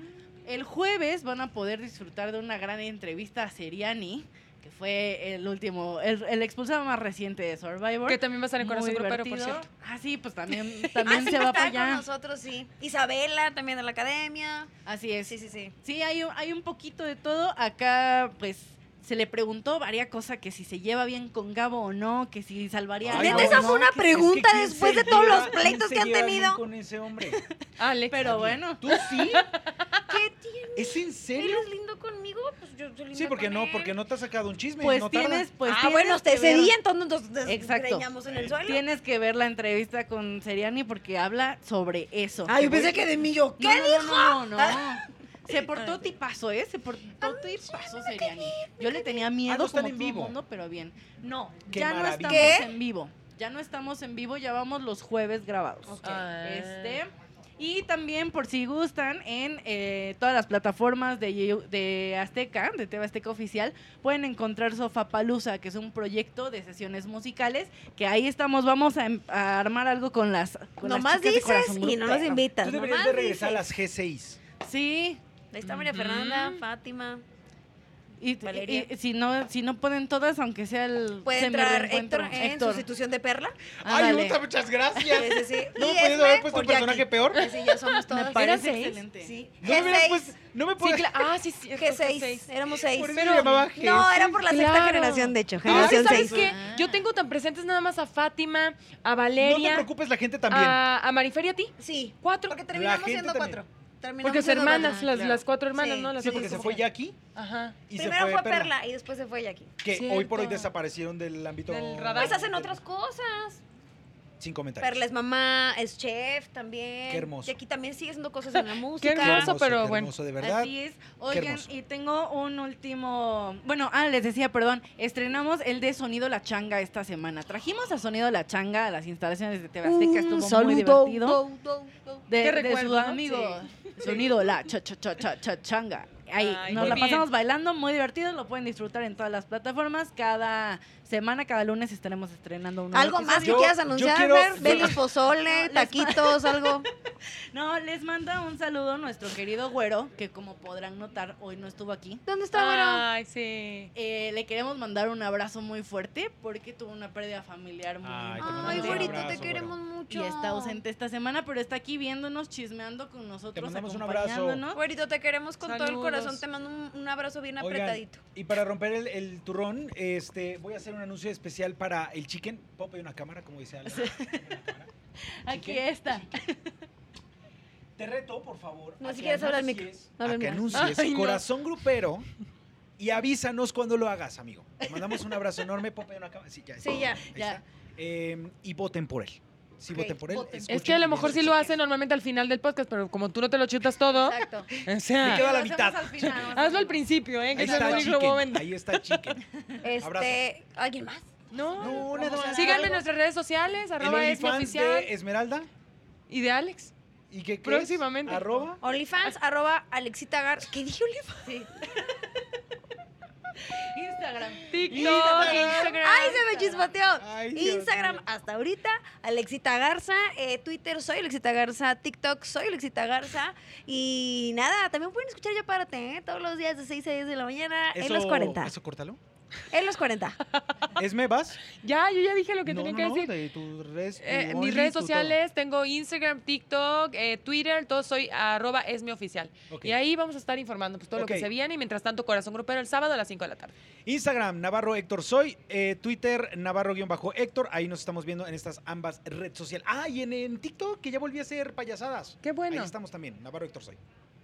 D: el jueves van a poder disfrutar de una gran entrevista a Seriani que fue el último, el, el expulsado más reciente de Survivor.
C: Que también va a estar en
D: Muy
C: Corazón Grupero, por
D: divertido.
C: cierto. Ah,
D: Ah, sí, pues también, también se va
E: Está
D: para
E: con
D: allá.
E: nosotros, sí. Isabela, también de la academia.
D: Así es.
E: Sí, sí, sí.
D: Sí, hay, un- hay un poquito de todo. Acá, pues, se le preguntó varias cosas, que si se lleva bien con Gabo o no, que si salvaría a
B: Ay,
D: Gabo
A: Neta, esa
B: no,
D: o
A: fue
D: no,
A: una
D: que-
A: pregunta
B: Es que ¿quién
A: después
B: se
A: de todos
B: lleva-
A: los pleitos
B: quién se
A: que han
B: lleva bien
A: tenido.
B: con ese hombre?
C: Alex.
D: Pero bueno.
B: ¿Tú sí?
A: ¿Qué tiene?
B: ¿Es en serio?
A: ¿Eres lindo conmigo? Pues yo, yo linda
B: Sí, porque
A: con
B: no,
A: él.
B: porque no te has sacado un chisme.
D: Pues
B: no tarda.
D: tienes, pues
A: ah,
D: tienes
A: bueno, hasta
D: que
A: ese
D: ver-
A: día entonces nos nos
D: Exacto.
A: desgreñamos en el suelo.
D: Tienes que ver la entrevista con Seriani porque habla sobre eso.
A: Ay,
D: Que
A: yo pensé
D: voy-
A: que de mí yo. ¿Qué
D: No, no,
A: dijo? Ah.
D: No, no, no. Se portó tipazo, ¿eh? Se portó tipazo Seriani. Yo le tenía
B: Ah,
D: miedo
B: no
D: como
B: están
D: todo
B: en
D: el
B: vivo.
D: mundo, pero bien. No,
B: Qué
D: ya
B: maravilla.
D: no estamos
A: ¿Qué?
D: en vivo. Ya no estamos en vivo, ya vamos los jueves grabados.
C: Ok.
D: Ah. Este, y también, por si gustan, en eh, todas las plataformas de, Yu- de Azteca, de TV Azteca Oficial, pueden encontrar Sofapalusa, que es un proyecto de sesiones musicales, que ahí estamos, vamos a, em- a armar algo con las... Con las
A: Nomás
D: chicas de
A: dices
D: Corazón
A: y no nos
D: Grupero.
A: invitas.
B: Tú deberías
A: nomás
B: de regresar a
A: dices.
B: las G6.
D: Sí,
A: Ahí está María Fernanda,
C: Ujú.
A: Fátima.
D: Y,
A: Valeria.
D: y- y si no si no ponen todas, aunque sea el
A: Puede
D: se me
A: entrar Héctor
D: reencuentro.
A: en sustitución de Perla.
B: Ay,
D: Ándale.
B: puta, muchas gracias.
A: Sí, sí, sí.
B: No
A: Y
B: me podías
A: Esme
B: haber puesto
A: por
B: un personaje
A: Jackie.
B: peor.
A: Sí, sí, ya somos todas.
D: Me parece
C: seis?
D: excelente.
A: Sí.
B: No me hubieras
A: G6,
B: puesto- no me
C: Sí,
B: podías.
C: cla- ah, sí, sí. cierto,
A: G6,
C: G6.
D: Ah,
A: éramos seis.
B: Por eso yo llamaba G6.
A: No, era por la sexta
C: Claro.
A: generación, de hecho,
B: Ahora
A: generación
C: ¿sabes
A: 6.
B: seis.
C: qué?
D: Ah.
C: Yo tengo tan presentes nada más a Fátima, a
B: No te
C: Valeria, Ah,
B: preocupes, la gente también.
C: a, a Marifer y a ti.
A: Sí,
C: Cuatro.
A: porque terminamos
B: gente
A: siendo
B: también.
A: cuatro. Terminamos
C: Porque es
A: siendo
C: hermanas,
A: cuatro.
C: las,
A: Claro.
C: las cuatro hermanas,
A: Sí,
C: ¿no? Las
B: sí,
C: otras
B: porque se
C: dos.
B: fue Jackie
C: Ajá.
B: y se
A: Primero
B: fue,
A: fue
B: Perla.
A: Perla y después se fue Jackie.
B: Que hoy por hoy
C: Cierto.
B: desaparecieron del ámbito.
C: Del radar.
A: Pues hacen otras cosas.
B: Sin comentarios.
A: Perla es mamá, es chef también.
B: Qué hermoso.
A: Jackie también sigue haciendo cosas en la música.
B: Qué
C: hermoso, pero
B: qué
C: bueno.
B: hermoso, de verdad.
D: Así es. Oigan,
B: hermoso.
D: y tengo un último. Bueno, ah, les decía, perdón. Estrenamos el de Sonido La Changa esta semana. Trajimos a Sonido La Changa a las instalaciones de TV Azteca. Estuvo muy divertido.
C: Qué
D: De, de
C: recuerdo,
D: sus
C: ¿no?
D: amigos. Sonido La cha, cha, cha, cha, cha, Changa. Ahí
C: Ay,
D: nos
C: muy
D: la
C: bien.
D: pasamos bailando, muy divertido. Lo pueden disfrutar en todas las plataformas. Cada semana, cada lunes estaremos estrenando un
A: Algo más
B: Yo-
A: que quieras
B: yo
A: anunciar,
B: quiero-
A: Fer?
B: yo-
A: Velis pozole, taquitos, algo.
D: No, les manda un saludo nuestro querido güero, que como podrán notar, hoy no estuvo aquí.
A: ¿Dónde está bueno?
C: Ay, sí.
D: Eh, le queremos mandar un abrazo muy fuerte porque tuvo una pérdida familiar muy
B: Ay, te
A: Ay,
B: mandamos un
A: güerito,
B: abrazo,
A: te
B: güero.
A: queremos mucho.
D: y está ausente esta semana, pero está aquí viéndonos, chismeando con nosotros,
B: Te mandamos un abrazo.
D: acompañándonos.
A: Güerito, te queremos con todo el
C: Saludos.
A: corazón. Te mando un, un abrazo bien
B: Oigan,
A: apretadito.
B: y para romper el, el turrón, este, voy a hacer un anuncio especial para el chicken. Pop y una cámara, como dice Alan.
D: Aquí
B: Chiquen.
D: está.
B: Te reto, por favor.
A: No,
B: a
A: si
B: que
A: quieres habla al
B: anuncies-
A: micro, no habla
B: a
A: al
B: que
A: micro.
B: anuncies
C: Ay, no.
B: corazón grupero y avísanos cuando lo hagas, amigo. Te mandamos un abrazo enorme, Pop y una cámara. Sí, ya.
A: Sí, ya.
B: Ahí
D: Ya.
B: está. Eh, y voten por él. Si
A: Ok,
B: voten por él.
A: voten.
C: Es
B: escuchen
C: que a lo
B: bien
C: mejor
B: el
C: sí lo
B: chicken.
C: hace normalmente al final del podcast, pero como tú no te lo chutas todo,
A: Exacto.
C: o
B: Me quedo
C: sea,
B: a la
D: Lo hacemos
B: mitad.
D: al final, vamos a
C: hazlo al
D: hacerlo.
C: principio, ¿eh?
B: Ahí
C: Que sea el
B: está,
C: único
B: chicken.
C: momento.
B: Ahí está chicken.
A: Este, ¿alguien más?
C: No.
B: No, nada más.
C: Síganme en nuestras redes sociales,
B: El
C: arroba Esme
B: OnlyFans
C: oficial
B: de Esmeralda.
C: y de Alex.
B: ¿Y qué crees?
C: Próximamente.
B: Arroba.
A: OnlyFans, arroba Alexita Gar. ¿Qué dije OnlyFans?
D: Instagram.
C: TikTok, Instagram.
A: Ay, se me chispateó.
B: Ay, Dios
A: Instagram
B: mío.
A: hasta ahorita, Alexita Garza, eh, Twitter soy Alexita Garza, TikTok soy Alexita Garza y nada, también pueden escuchar Ya Párate, ¿eh? todos los días de 6 a 10 de la mañana Ah, en los 40.
B: Eso córtalo.
A: En los 40.
B: Esme, ¿vas?
C: Ya, yo ya dije lo que
B: no,
C: tenía
B: no,
C: que
B: no,
C: decir.
B: de tus redes, tu
C: Eh,
B: Only,
C: mis redes
B: tu todo.
C: sociales, tengo Instagram, TikTok, eh, Twitter, todo soy arroba esmeoficial.
B: Ok.
C: Y ahí vamos a estar informando pues, todo
B: Ok.
C: lo que se viene y mientras tanto Corazón Grupero el sábado a las 5 de la tarde.
B: Instagram, Navarro Héctor Soy. eh, Twitter, Navarro-Héctor. Ahí nos estamos viendo en estas ambas redes sociales. Ah, y en, en TikTok, que ya volví a hacer payasadas.
C: Qué bueno.
B: Ahí estamos también, Navarro Héctor Soy.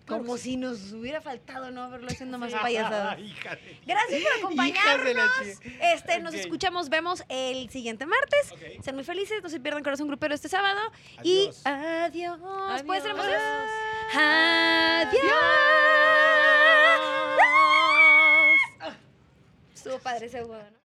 A: Como
B: Claro que
A: si nos hubiera faltado no verlo haciendo más
B: sí.
A: payasadas.
B: Hija de-
A: Gracias por
B: hijas de
A: acompañarnos.
B: la chi-
A: Este, nos
B: Ok.
A: escuchamos, vemos el siguiente martes.
B: Ok.
A: Sean muy felices, no se pierdan Corazón Grupero este sábado.
B: Adiós.
A: Y adiós. pues, ¿Puede ser
C: Adiós.
A: emociones? Adiós. Estuvo padre ese huevo, ¿no?